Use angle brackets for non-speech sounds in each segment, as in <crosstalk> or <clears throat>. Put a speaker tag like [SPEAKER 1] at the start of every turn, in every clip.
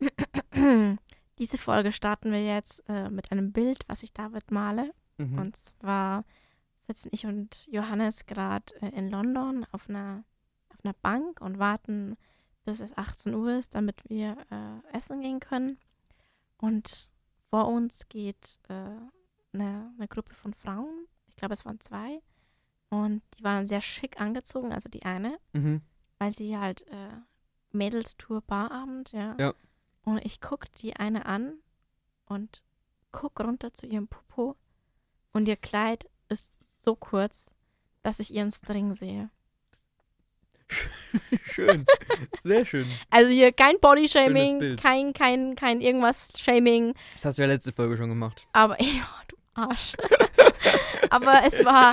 [SPEAKER 1] <clears throat> Diese Folge starten wir jetzt äh, mit einem Bild, was ich David male.
[SPEAKER 2] Mhm.
[SPEAKER 1] Und zwar sitzen ich und Johannes gerade äh, in London auf einer, auf einer Bank und warten, bis es 18 Uhr ist, damit wir äh, essen gehen können. Und vor uns geht äh, eine, eine Gruppe von Frauen, ich glaube es waren zwei, und die waren sehr schick angezogen, also die eine <laughs>
[SPEAKER 2] mhm.
[SPEAKER 1] weil sie halt äh, Mädelstour Barabend, ja.
[SPEAKER 2] Ja.
[SPEAKER 1] Und ich guck die eine an und guck runter zu ihrem Popo und ihr Kleid ist so kurz, dass ich ihren String sehe.
[SPEAKER 2] Schön. Sehr schön.
[SPEAKER 1] Also hier kein
[SPEAKER 2] Schönes
[SPEAKER 1] Bodyshaming,
[SPEAKER 2] Bild.
[SPEAKER 1] kein kein kein irgendwas Shaming,
[SPEAKER 2] Das hast du ja letzte Folge schon gemacht.
[SPEAKER 1] aber <laughs> ja, du
[SPEAKER 2] <laughs>
[SPEAKER 1] Arsch. aber es war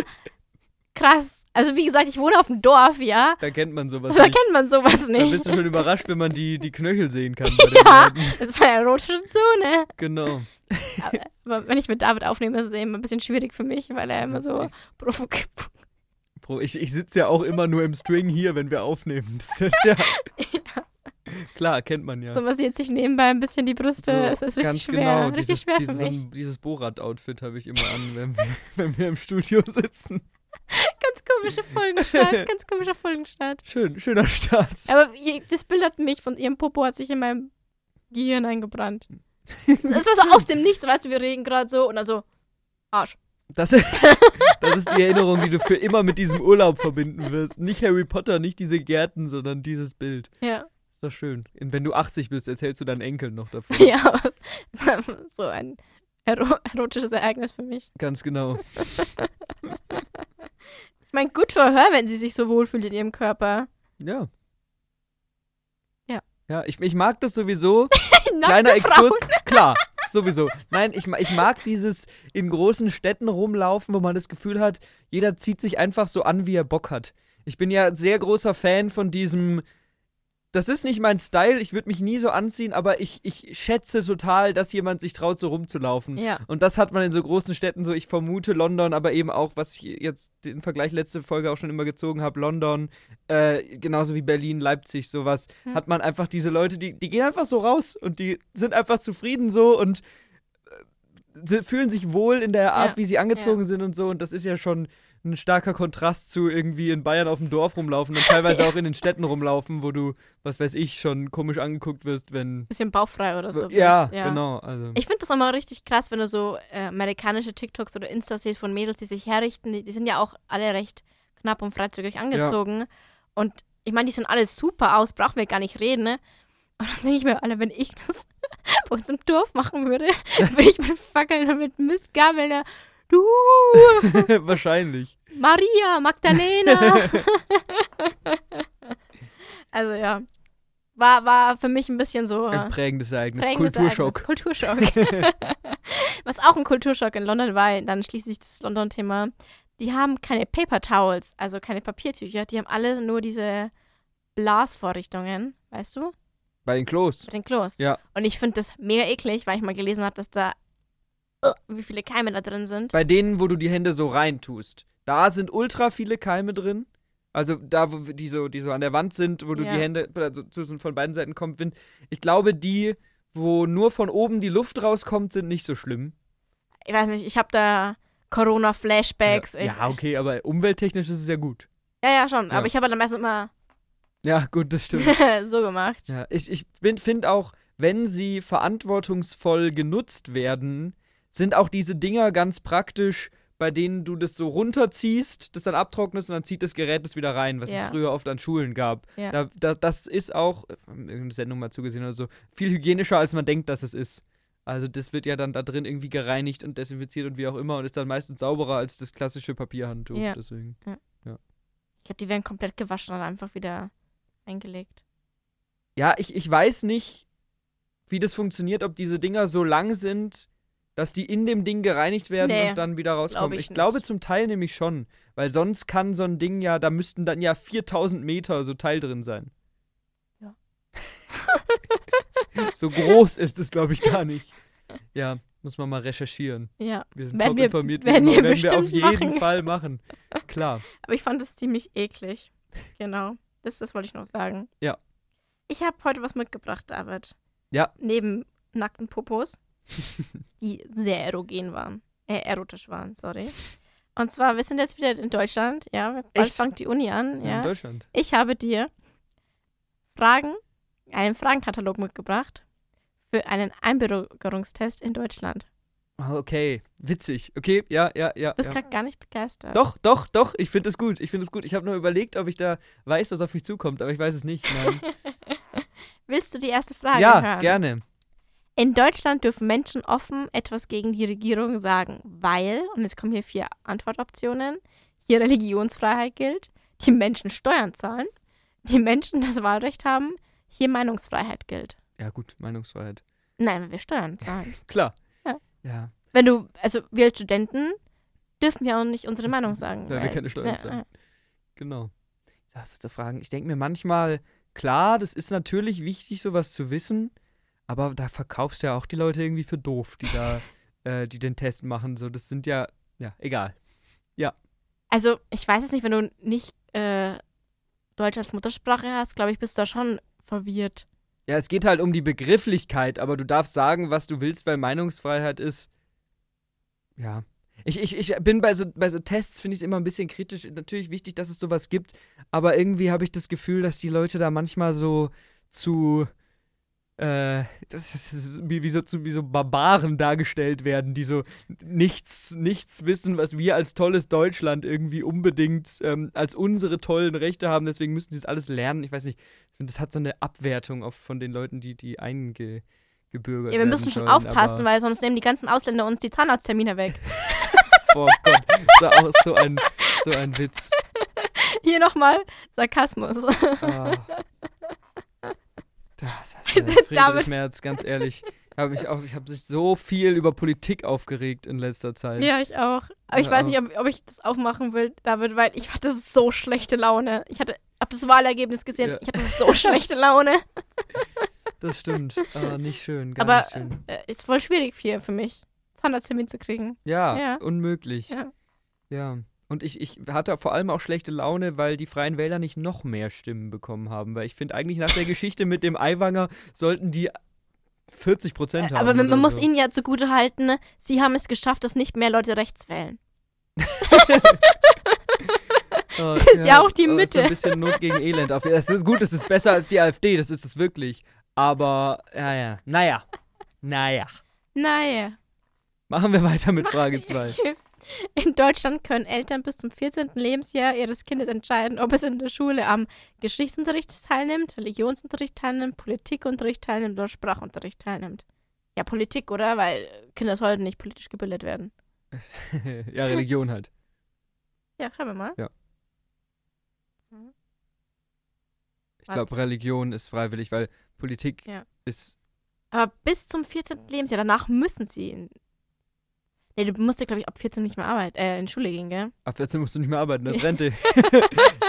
[SPEAKER 1] krass. Also wie gesagt, ich wohne auf dem Dorf, ja.
[SPEAKER 2] Da kennt man sowas
[SPEAKER 1] da
[SPEAKER 2] nicht.
[SPEAKER 1] kennt man sowas
[SPEAKER 2] Da
[SPEAKER 1] nicht.
[SPEAKER 2] bist du schon überrascht, wenn man die, die Knöchel sehen kann. Bei den
[SPEAKER 1] Ja.
[SPEAKER 2] Leuten.
[SPEAKER 1] Das war eine erotische Zone.
[SPEAKER 2] Genau.
[SPEAKER 1] Aber wenn ich mit David aufnehme, ist es eben ein bisschen schwierig für mich, weil er immer
[SPEAKER 2] Das
[SPEAKER 1] so
[SPEAKER 2] ist
[SPEAKER 1] provok
[SPEAKER 2] Pro- Ich, ich sitze ja auch immer nur im String hier, wenn wir aufnehmen. Das
[SPEAKER 1] <laughs>
[SPEAKER 2] ist ja. Klar, kennt man ja. genau,
[SPEAKER 1] so massiert sich nebenbei ein bisschen die Brüste. es ist richtig schwer, richtig
[SPEAKER 2] dieses,
[SPEAKER 1] schwer für
[SPEAKER 2] dieses,
[SPEAKER 1] mich.
[SPEAKER 2] Dieses Borat-Outfit habe ich immer an, wenn wir, <laughs> wenn wir im Studio sitzen.
[SPEAKER 1] Ganz
[SPEAKER 2] <laughs>
[SPEAKER 1] komische Folgenstart, ganz komischer Folgenstart.
[SPEAKER 2] Schön, schöner Start.
[SPEAKER 1] Aber ihr- das Bild hat mich von ihrem Popo hat sich in meinem Gehirn eingebrannt. Es es war so aus dem Nichts, weißt du, wir reden gerade so und dann so, Arsch.
[SPEAKER 2] Das, <laughs> das ist die Erinnerung, die du für immer mit diesem Urlaub verbinden wirst. Nicht Harry Potter, nicht diese Gärten, sondern dieses Bild.
[SPEAKER 1] Ja,
[SPEAKER 2] Ist doch schön. Und wenn du 80 bist, erzählst du deinen Enkeln noch davon.
[SPEAKER 1] <laughs> <laughs> ja aber es war so ein ero erotisches Ereignis für mich.
[SPEAKER 2] Ganz genau.
[SPEAKER 1] Ich meine, gut für her, wenn sie sich so wohlfühlt in ihrem Körper. <laughs>
[SPEAKER 2] Ja.
[SPEAKER 1] Ja.
[SPEAKER 2] Ja, ich, ich mag das sowieso.
[SPEAKER 1] Nackte
[SPEAKER 2] Kleiner
[SPEAKER 1] Frauen.
[SPEAKER 2] Exkurs. Klar, sowieso. Nein, ich, ma- ich mag dieses in großen Städten rumlaufen, wo man das Gefühl hat, jeder zieht sich einfach so an, wie er Bock hat. Ich bin ja sehr großer Fan von diesem. Das ist nicht mein Style, ich würde mich nie so anziehen, aber ich, ich schätze total, dass jemand sich traut, so rumzulaufen.
[SPEAKER 1] Ja.
[SPEAKER 2] Und das hat man in so großen Städten, so ich vermute London, aber eben auch, was ich jetzt den Vergleich letzte Folge auch schon immer gezogen habe, London, äh, genauso wie Berlin, Leipzig, sowas,
[SPEAKER 1] Hm.
[SPEAKER 2] hat man einfach diese Leute, die, die gehen einfach so raus und die sind einfach zufrieden so und äh, sie- fühlen sich wohl in der Art,
[SPEAKER 1] Ja,
[SPEAKER 2] wie sie angezogen sind und so. Und das ist ja schon ein starker Kontrast zu irgendwie in Bayern auf dem Dorf rumlaufen und teilweise
[SPEAKER 1] <laughs>
[SPEAKER 2] auch in den Städten rumlaufen, wo du, was weiß ich, schon komisch angeguckt wirst, wenn.
[SPEAKER 1] Bisschen bauchfrei oder so.
[SPEAKER 2] ja,
[SPEAKER 1] bist,
[SPEAKER 2] genau.
[SPEAKER 1] <laughs>
[SPEAKER 2] Also. <laughs>
[SPEAKER 1] Ich finde das immer richtig krass, wenn du so äh, amerikanische TikToks oder Instas siehst von Mädels, die sich herrichten. Die, die sind ja auch alle recht knapp und freizügig angezogen. Und ich meine, die sind alle super aus, brauchen wir gar nicht reden. Ne? Und dann denke ich mir, alle, wenn ich das <laughs> bei uns im Dorf machen
[SPEAKER 2] <laughs>
[SPEAKER 1] würde, würde ich mit Fackeln und mit Mistgabeln da, du,
[SPEAKER 2] Wahrscheinlich.
[SPEAKER 1] Maria,
[SPEAKER 2] <laughs>
[SPEAKER 1] Magdalena. <laughs> also ja, war, war für mich ein bisschen so... äh,
[SPEAKER 2] Ein prägendes Ereignis.
[SPEAKER 1] prägendes
[SPEAKER 2] Kulturschock.
[SPEAKER 1] Ereignis. Kulturschock.
[SPEAKER 2] <laughs>
[SPEAKER 1] Was auch ein Kulturschock in London war, dann schließlich das London-Thema. Die haben keine Paper Towels, also keine Papiertücher. Die haben alle nur diese Blasvorrichtungen, weißt du,
[SPEAKER 2] Bei den Klos.
[SPEAKER 1] für den Klos.
[SPEAKER 2] Ja.
[SPEAKER 1] Und ich finde das mega eklig, weil ich mal gelesen habe, dass da äh, wie viele Keime da drin sind.
[SPEAKER 2] Bei denen, wo du die Hände so reintust. Da sind ultra viele Keime drin. Also da, wo wir- die so, die so an der Wand sind, wo du
[SPEAKER 1] Ja.
[SPEAKER 2] die Hände, also zu- zu- von beiden Seiten kommt Wind. Ich glaube, die, wo nur von oben die Luft rauskommt, sind nicht so schlimm.
[SPEAKER 1] Ich weiß nicht, ich habe da Corona-Flashbacks.
[SPEAKER 2] ja,
[SPEAKER 1] Ich-
[SPEAKER 2] ja, okay, aber umwelttechnisch ist es ja gut.
[SPEAKER 1] ja, ja, schon.
[SPEAKER 2] Ja.
[SPEAKER 1] Aber ich halt habe dann meistens immer
[SPEAKER 2] Ja, gut, das stimmt.
[SPEAKER 1] <laughs> so gemacht.
[SPEAKER 2] Ja, ich ich finde auch, wenn sie verantwortungsvoll genutzt werden, sind auch diese Dinger ganz praktisch, bei denen du das so runterziehst, das dann abtrocknest und dann zieht das Gerät das wieder rein, was es
[SPEAKER 1] Ja.
[SPEAKER 2] früher oft an Schulen gab.
[SPEAKER 1] Ja.
[SPEAKER 2] Da, da, das ist auch, äh, irgendeine Sendung mal zugesehen oder so, viel hygienischer, als man denkt, dass es ist. Also das wird ja dann da drin irgendwie gereinigt und desinfiziert und wie auch immer und ist dann meistens sauberer als das klassische Papierhandtuch.
[SPEAKER 1] Ja.
[SPEAKER 2] Deswegen.
[SPEAKER 1] Ich glaube, die werden komplett gewaschen und einfach wieder
[SPEAKER 2] <laughs>
[SPEAKER 1] eingelegt.
[SPEAKER 2] Ja, ich, ich weiß nicht, wie das funktioniert, ob diese Dinger so lang sind, dass die in dem Ding gereinigt werden
[SPEAKER 1] Nee,
[SPEAKER 2] und dann wieder rauskommen.
[SPEAKER 1] ich
[SPEAKER 2] ich glaube
[SPEAKER 1] nicht.
[SPEAKER 2] zum Teil nämlich schon, weil sonst kann so ein Ding ja, da müssten dann ja 4000 Meter so Teil drin
[SPEAKER 1] <laughs>
[SPEAKER 2] sein.
[SPEAKER 1] Ja.
[SPEAKER 2] so groß ist es, glaube ich, gar nicht. Ja, muss man mal recherchieren.
[SPEAKER 1] Ja.
[SPEAKER 2] Wir sind
[SPEAKER 1] Werden
[SPEAKER 2] top
[SPEAKER 1] wir-
[SPEAKER 2] informiert, wie
[SPEAKER 1] werden
[SPEAKER 2] immer.
[SPEAKER 1] wir
[SPEAKER 2] werden wir auf
[SPEAKER 1] bestimmt
[SPEAKER 2] jeden
[SPEAKER 1] machen.
[SPEAKER 2] Fall machen. Klar.
[SPEAKER 1] Aber ich fand es ziemlich eklig. Genau. Das, das wollte ich noch sagen.
[SPEAKER 2] Ja.
[SPEAKER 1] Ich habe heute was mitgebracht, David.
[SPEAKER 2] Ja.
[SPEAKER 1] Neben nackten Popos, die sehr erogen waren. Äh, erotisch waren, sorry. Und zwar, wir sind jetzt wieder in Deutschland, ja. Bald
[SPEAKER 2] Echt?
[SPEAKER 1] fängt die Uni an,
[SPEAKER 2] in
[SPEAKER 1] ja.
[SPEAKER 2] Deutschland.
[SPEAKER 1] Ich habe dir Fragen, einen Fragenkatalog mitgebracht für einen Einbürgerungstest in Deutschland.
[SPEAKER 2] Ah, Okay, witzig. Okay, ja, ja, ja.
[SPEAKER 1] Du bist
[SPEAKER 2] ja.
[SPEAKER 1] gerade gar nicht begeistert.
[SPEAKER 2] Doch, doch, doch, ich finde es gut. Ich finde es gut. Ich habe nur überlegt, ob ich da weiß, was auf mich zukommt, aber ich weiß es nicht.
[SPEAKER 1] <laughs>
[SPEAKER 2] Nein.
[SPEAKER 1] Willst du die erste Frage
[SPEAKER 2] ja,
[SPEAKER 1] hören?
[SPEAKER 2] gerne.
[SPEAKER 1] In Deutschland dürfen Menschen offen etwas gegen die Regierung sagen, weil, und jetzt kommen hier vier Antwortoptionen, hier Religionsfreiheit gilt, die Menschen Steuern zahlen, die Menschen das Wahlrecht haben, hier Meinungsfreiheit gilt.
[SPEAKER 2] Ja, gut, Meinungsfreiheit.
[SPEAKER 1] Nein, weil wir Steuern
[SPEAKER 2] <laughs>
[SPEAKER 1] zahlen.
[SPEAKER 2] Klar.
[SPEAKER 1] Ja.
[SPEAKER 2] Ja,
[SPEAKER 1] Wenn du, also wir als Studenten dürfen ja auch nicht unsere Meinung sagen.
[SPEAKER 2] Weil wir keine Steuern
[SPEAKER 1] Ja,
[SPEAKER 2] zahlen.
[SPEAKER 1] ja.
[SPEAKER 2] genau. So, was zu fragen. Ich denke mir manchmal, klar, das ist natürlich wichtig, sowas zu wissen, aber da verkaufst du ja auch die Leute irgendwie für doof, die
[SPEAKER 1] <laughs>
[SPEAKER 2] da, äh, die den Test machen. So, das sind ja, ja, egal.
[SPEAKER 1] Also ich weiß es nicht, wenn du nicht äh, Deutsch als Muttersprache hast, glaube ich, bist du da schon verwirrt.
[SPEAKER 2] Ja, es geht halt um die Begrifflichkeit, aber du darfst sagen, was du willst, weil Meinungsfreiheit ist. Ja. Ich, ich, ich bin bei so, bei so Tests, finde ich es immer ein bisschen kritisch. Natürlich wichtig, dass es sowas gibt, aber irgendwie habe ich das Gefühl, dass die Leute da manchmal so zu. Äh, das ist wie, wie, so, zu, wie so Barbaren dargestellt werden, die so nichts, nichts wissen, was wir als tolles Deutschland irgendwie unbedingt ähm, als unsere tollen Rechte haben. Deswegen müssen sie das alles lernen. Ich weiß nicht. Ich finde, das hat so eine Abwertung auf, von den Leuten, die, die eingebürgert werden.
[SPEAKER 1] Ja, wir müssen schon
[SPEAKER 2] sollen,
[SPEAKER 1] aufpassen,
[SPEAKER 2] aber-
[SPEAKER 1] weil sonst nehmen die ganzen Ausländer uns die Zahnarzttermine weg.
[SPEAKER 2] <laughs> Oh Gott, so, auch so, ein, so ein Witz.
[SPEAKER 1] <laughs> Hier nochmal Sarkasmus.
[SPEAKER 2] Ah. Das,
[SPEAKER 1] <laughs>
[SPEAKER 2] das,
[SPEAKER 1] sind
[SPEAKER 2] Friedrich
[SPEAKER 1] damit-
[SPEAKER 2] Merz, ganz ehrlich. Hab ich auch- ich habe sich so viel über Politik aufgeregt in letzter Zeit.
[SPEAKER 1] ja, ich auch. Aber ich
[SPEAKER 2] Ja,
[SPEAKER 1] weiß
[SPEAKER 2] auch.
[SPEAKER 1] nicht, ob, ob ich das aufmachen will, David, weil ich hatte so schlechte Laune. Ich hatte, hab das Wahlergebnis gesehen,
[SPEAKER 2] Ja.
[SPEAKER 1] ich hatte
[SPEAKER 2] <laughs>
[SPEAKER 1] so schlechte Laune.
[SPEAKER 2] Das stimmt. Ah, nicht schön, gar
[SPEAKER 1] Aber
[SPEAKER 2] nicht schön.
[SPEAKER 1] äh, ist voll schwierig hier für mich, Zahnarzttermin zu kriegen.
[SPEAKER 2] Ja,
[SPEAKER 1] ja.
[SPEAKER 2] unmöglich.
[SPEAKER 1] Ja.
[SPEAKER 2] Ja. Und ich, ich hatte vor allem auch schlechte Laune, weil die Freien Wähler nicht noch mehr Stimmen bekommen haben. Weil ich finde, eigentlich nach der Geschichte mit dem Eiwanger sollten die 40 Prozent haben.
[SPEAKER 1] Äh, Aber man,
[SPEAKER 2] oder
[SPEAKER 1] man muss
[SPEAKER 2] so.
[SPEAKER 1] ihnen ja zugute halten, ne? sie haben es geschafft, dass nicht mehr Leute rechts wählen.
[SPEAKER 2] Oh,
[SPEAKER 1] <laughs> ja auch die
[SPEAKER 2] aber es ist Ein
[SPEAKER 1] Mitte.
[SPEAKER 2] bisschen Not gegen Elend. Auf, es ist gut, es ist besser als die AfD, das ist es wirklich. Aber, naja, naja, naja.
[SPEAKER 1] Naja.
[SPEAKER 2] Machen wir weiter mit Frage 2.
[SPEAKER 1] In Deutschland können Eltern bis zum 14. Lebensjahr ihres Kindes entscheiden, ob es in der Schule am Geschichtsunterricht teilnimmt, Religionsunterricht teilnimmt, Politikunterricht teilnimmt oder Sprachunterricht teilnimmt. Ja, Politik, oder? Weil Kinder sollten nicht politisch gebildet werden.
[SPEAKER 2] <laughs> ja, Religion halt.
[SPEAKER 1] Ja, schauen wir mal.
[SPEAKER 2] Ich glaube, Religion ist freiwillig, weil Politik
[SPEAKER 1] Ja.
[SPEAKER 2] ist.
[SPEAKER 1] Aber bis zum 14. Lebensjahr, danach müssen sie in. Nee, du musst ja, glaube ich, ab 14 nicht mehr arbeiten, äh, in Schule gehen, gell?
[SPEAKER 2] Ab 14 musst du nicht mehr arbeiten,
[SPEAKER 1] <laughs>
[SPEAKER 2] das ist Rente.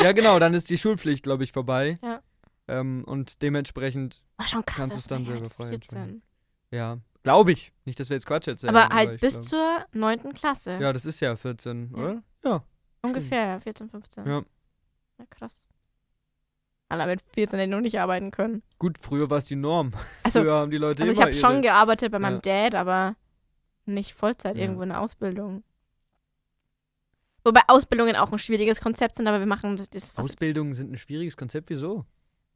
[SPEAKER 2] ja, genau, dann ist die Schulpflicht, glaube ich, vorbei.
[SPEAKER 1] Ja.
[SPEAKER 2] Ähm, und dementsprechend,
[SPEAKER 1] War schon krass.
[SPEAKER 2] Kannst
[SPEAKER 1] dass
[SPEAKER 2] es dann
[SPEAKER 1] wir halt
[SPEAKER 2] selber frei
[SPEAKER 1] 14.
[SPEAKER 2] entscheiden. ja, glaube ich. Nicht, dass wir jetzt Quatsch erzählen.
[SPEAKER 1] Aber halt
[SPEAKER 2] ich
[SPEAKER 1] bis
[SPEAKER 2] glaub-
[SPEAKER 1] zur 9. Klasse.
[SPEAKER 2] Ja, das ist ja 14,
[SPEAKER 1] Ja.
[SPEAKER 2] oder? Ja.
[SPEAKER 1] Ungefähr, ja, 14, 15.
[SPEAKER 2] Ja.
[SPEAKER 1] Na krass. Alle mit 14 hätten noch nicht arbeiten können.
[SPEAKER 2] Gut, früher war es die Norm.
[SPEAKER 1] Also,
[SPEAKER 2] früher haben die Leute
[SPEAKER 1] also ich
[SPEAKER 2] immer
[SPEAKER 1] habe
[SPEAKER 2] ihre-
[SPEAKER 1] schon gearbeitet bei meinem Dad, aber nicht Vollzeit
[SPEAKER 2] Ja.
[SPEAKER 1] irgendwo in der Ausbildung. Wobei Ausbildungen auch ein schwieriges Konzept sind, aber wir machen das fast.
[SPEAKER 2] Ausbildungen sind ein schwieriges Konzept, wieso?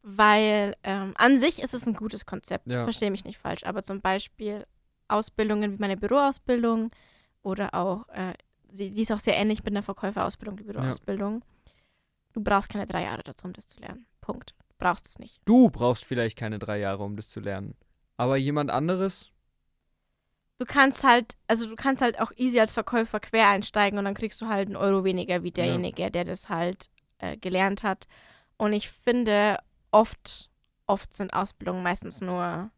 [SPEAKER 1] Weil ähm, an sich ist es ein gutes Konzept,
[SPEAKER 2] Ja.
[SPEAKER 1] verstehe mich nicht falsch. Aber zum Beispiel Ausbildungen wie meine Büroausbildung oder auch, äh, sie- die ist auch sehr ähnlich mit einer Verkäuferausbildung, die Büroausbildung. Du brauchst keine drei Jahre dazu, um das zu lernen. Punkt. Du brauchst es nicht.
[SPEAKER 2] Du brauchst vielleicht keine drei Jahre, um das zu lernen. Aber jemand anderes?
[SPEAKER 1] Du kannst halt, also du kannst halt auch easy als Verkäufer quer einsteigen und dann kriegst du halt einen Euro weniger wie derjenige, der das halt äh, gelernt hat. Und ich finde, oft, oft sind Ausbildungen meistens nur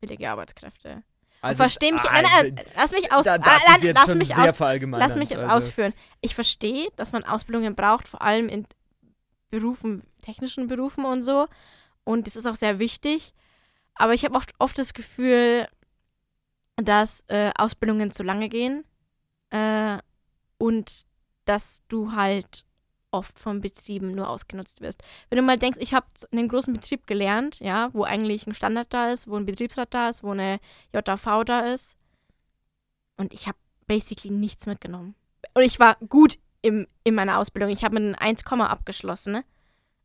[SPEAKER 1] billige Arbeitskräfte. Und verstehe mich.
[SPEAKER 2] Ah,
[SPEAKER 1] nein, nein, lass mich aus.
[SPEAKER 2] da,
[SPEAKER 1] ah,
[SPEAKER 2] das ist
[SPEAKER 1] nein,
[SPEAKER 2] jetzt
[SPEAKER 1] lass
[SPEAKER 2] schon
[SPEAKER 1] mich
[SPEAKER 2] sehr
[SPEAKER 1] aus.
[SPEAKER 2] verallgemeinert.
[SPEAKER 1] Lass mich jetzt
[SPEAKER 2] also,
[SPEAKER 1] ausführen. Ich verstehe, dass man Ausbildungen braucht, vor allem in Berufen, technischen Berufen und so. Und das ist auch sehr wichtig. Aber ich habe oft, oft das Gefühl, dass äh, Ausbildungen zu lange gehen äh, und dass du halt oft von Betrieben nur ausgenutzt wirst. Wenn du mal denkst, ich habe einen großen Betrieb gelernt, ja, wo eigentlich ein Standard da ist, wo ein Betriebsrat da ist, wo eine JAV da ist. Und ich habe basically nichts mitgenommen. Und ich war gut im, in meiner Ausbildung. Ich habe mit einem 1, abgeschlossen, ne?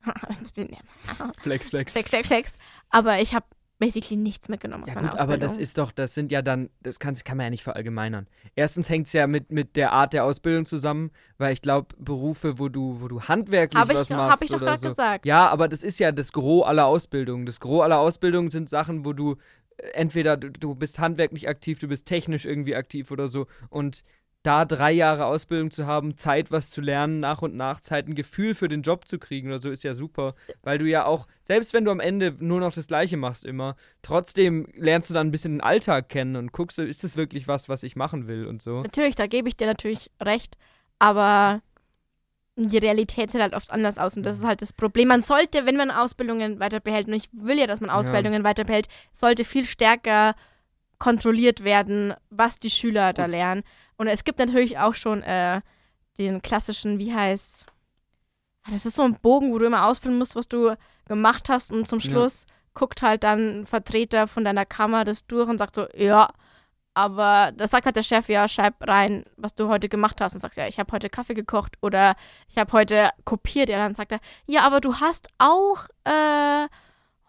[SPEAKER 1] <laughs> Ich bin- ja.
[SPEAKER 2] Flex, flex.
[SPEAKER 1] flex, flex, flex. Aber ich habe basically nichts mitgenommen aus
[SPEAKER 2] Ja
[SPEAKER 1] meiner
[SPEAKER 2] gut,
[SPEAKER 1] Ausbildung.
[SPEAKER 2] aber das ist doch, das sind ja dann, das kann, kann man ja nicht verallgemeinern. Erstens hängt es ja mit, mit der Art der Ausbildung zusammen, weil ich glaube, Berufe, wo du, wo du handwerklich
[SPEAKER 1] Habe ich,
[SPEAKER 2] was
[SPEAKER 1] doch-
[SPEAKER 2] machst
[SPEAKER 1] hab ich doch
[SPEAKER 2] oder
[SPEAKER 1] gerade
[SPEAKER 2] so.
[SPEAKER 1] gesagt.
[SPEAKER 2] Ja, aber das ist ja das Gros aller Ausbildungen. Das Gros aller Ausbildungen sind Sachen, wo du äh, entweder du, du bist handwerklich aktiv, du bist technisch irgendwie aktiv oder so. Und da drei Jahre Ausbildung zu haben, Zeit, was zu lernen, nach und nach Zeit, ein Gefühl für den Job zu kriegen oder so, ist ja super. Weil du ja auch, selbst wenn du am Ende nur noch das Gleiche machst immer, trotzdem lernst du dann ein bisschen den Alltag kennen und guckst, ist das wirklich was, was ich machen will und so.
[SPEAKER 1] Natürlich, da gebe ich dir natürlich recht, aber die Realität sieht halt oft anders aus und
[SPEAKER 2] Mhm.
[SPEAKER 1] das ist halt das Problem. Man sollte, wenn man Ausbildungen weiter behält, und ich will ja, dass man
[SPEAKER 2] Ja.
[SPEAKER 1] Ausbildungen weiter behält, sollte viel stärker kontrolliert werden, was die Schüler da
[SPEAKER 2] Gut.
[SPEAKER 1] lernen. Und es gibt natürlich auch schon äh, den klassischen, wie heißt das ist so ein Bogen, wo du immer ausfüllen musst, was du gemacht hast und zum
[SPEAKER 2] Ja.
[SPEAKER 1] Schluss guckt halt dann ein Vertreter von deiner Kammer das durch und sagt so, ja, aber das sagt halt der Chef, ja, schreib rein, was du heute gemacht hast und sagst, ja, ich habe heute Kaffee gekocht oder ich habe heute kopiert. Ja, dann sagt er, ja, aber du hast auch äh,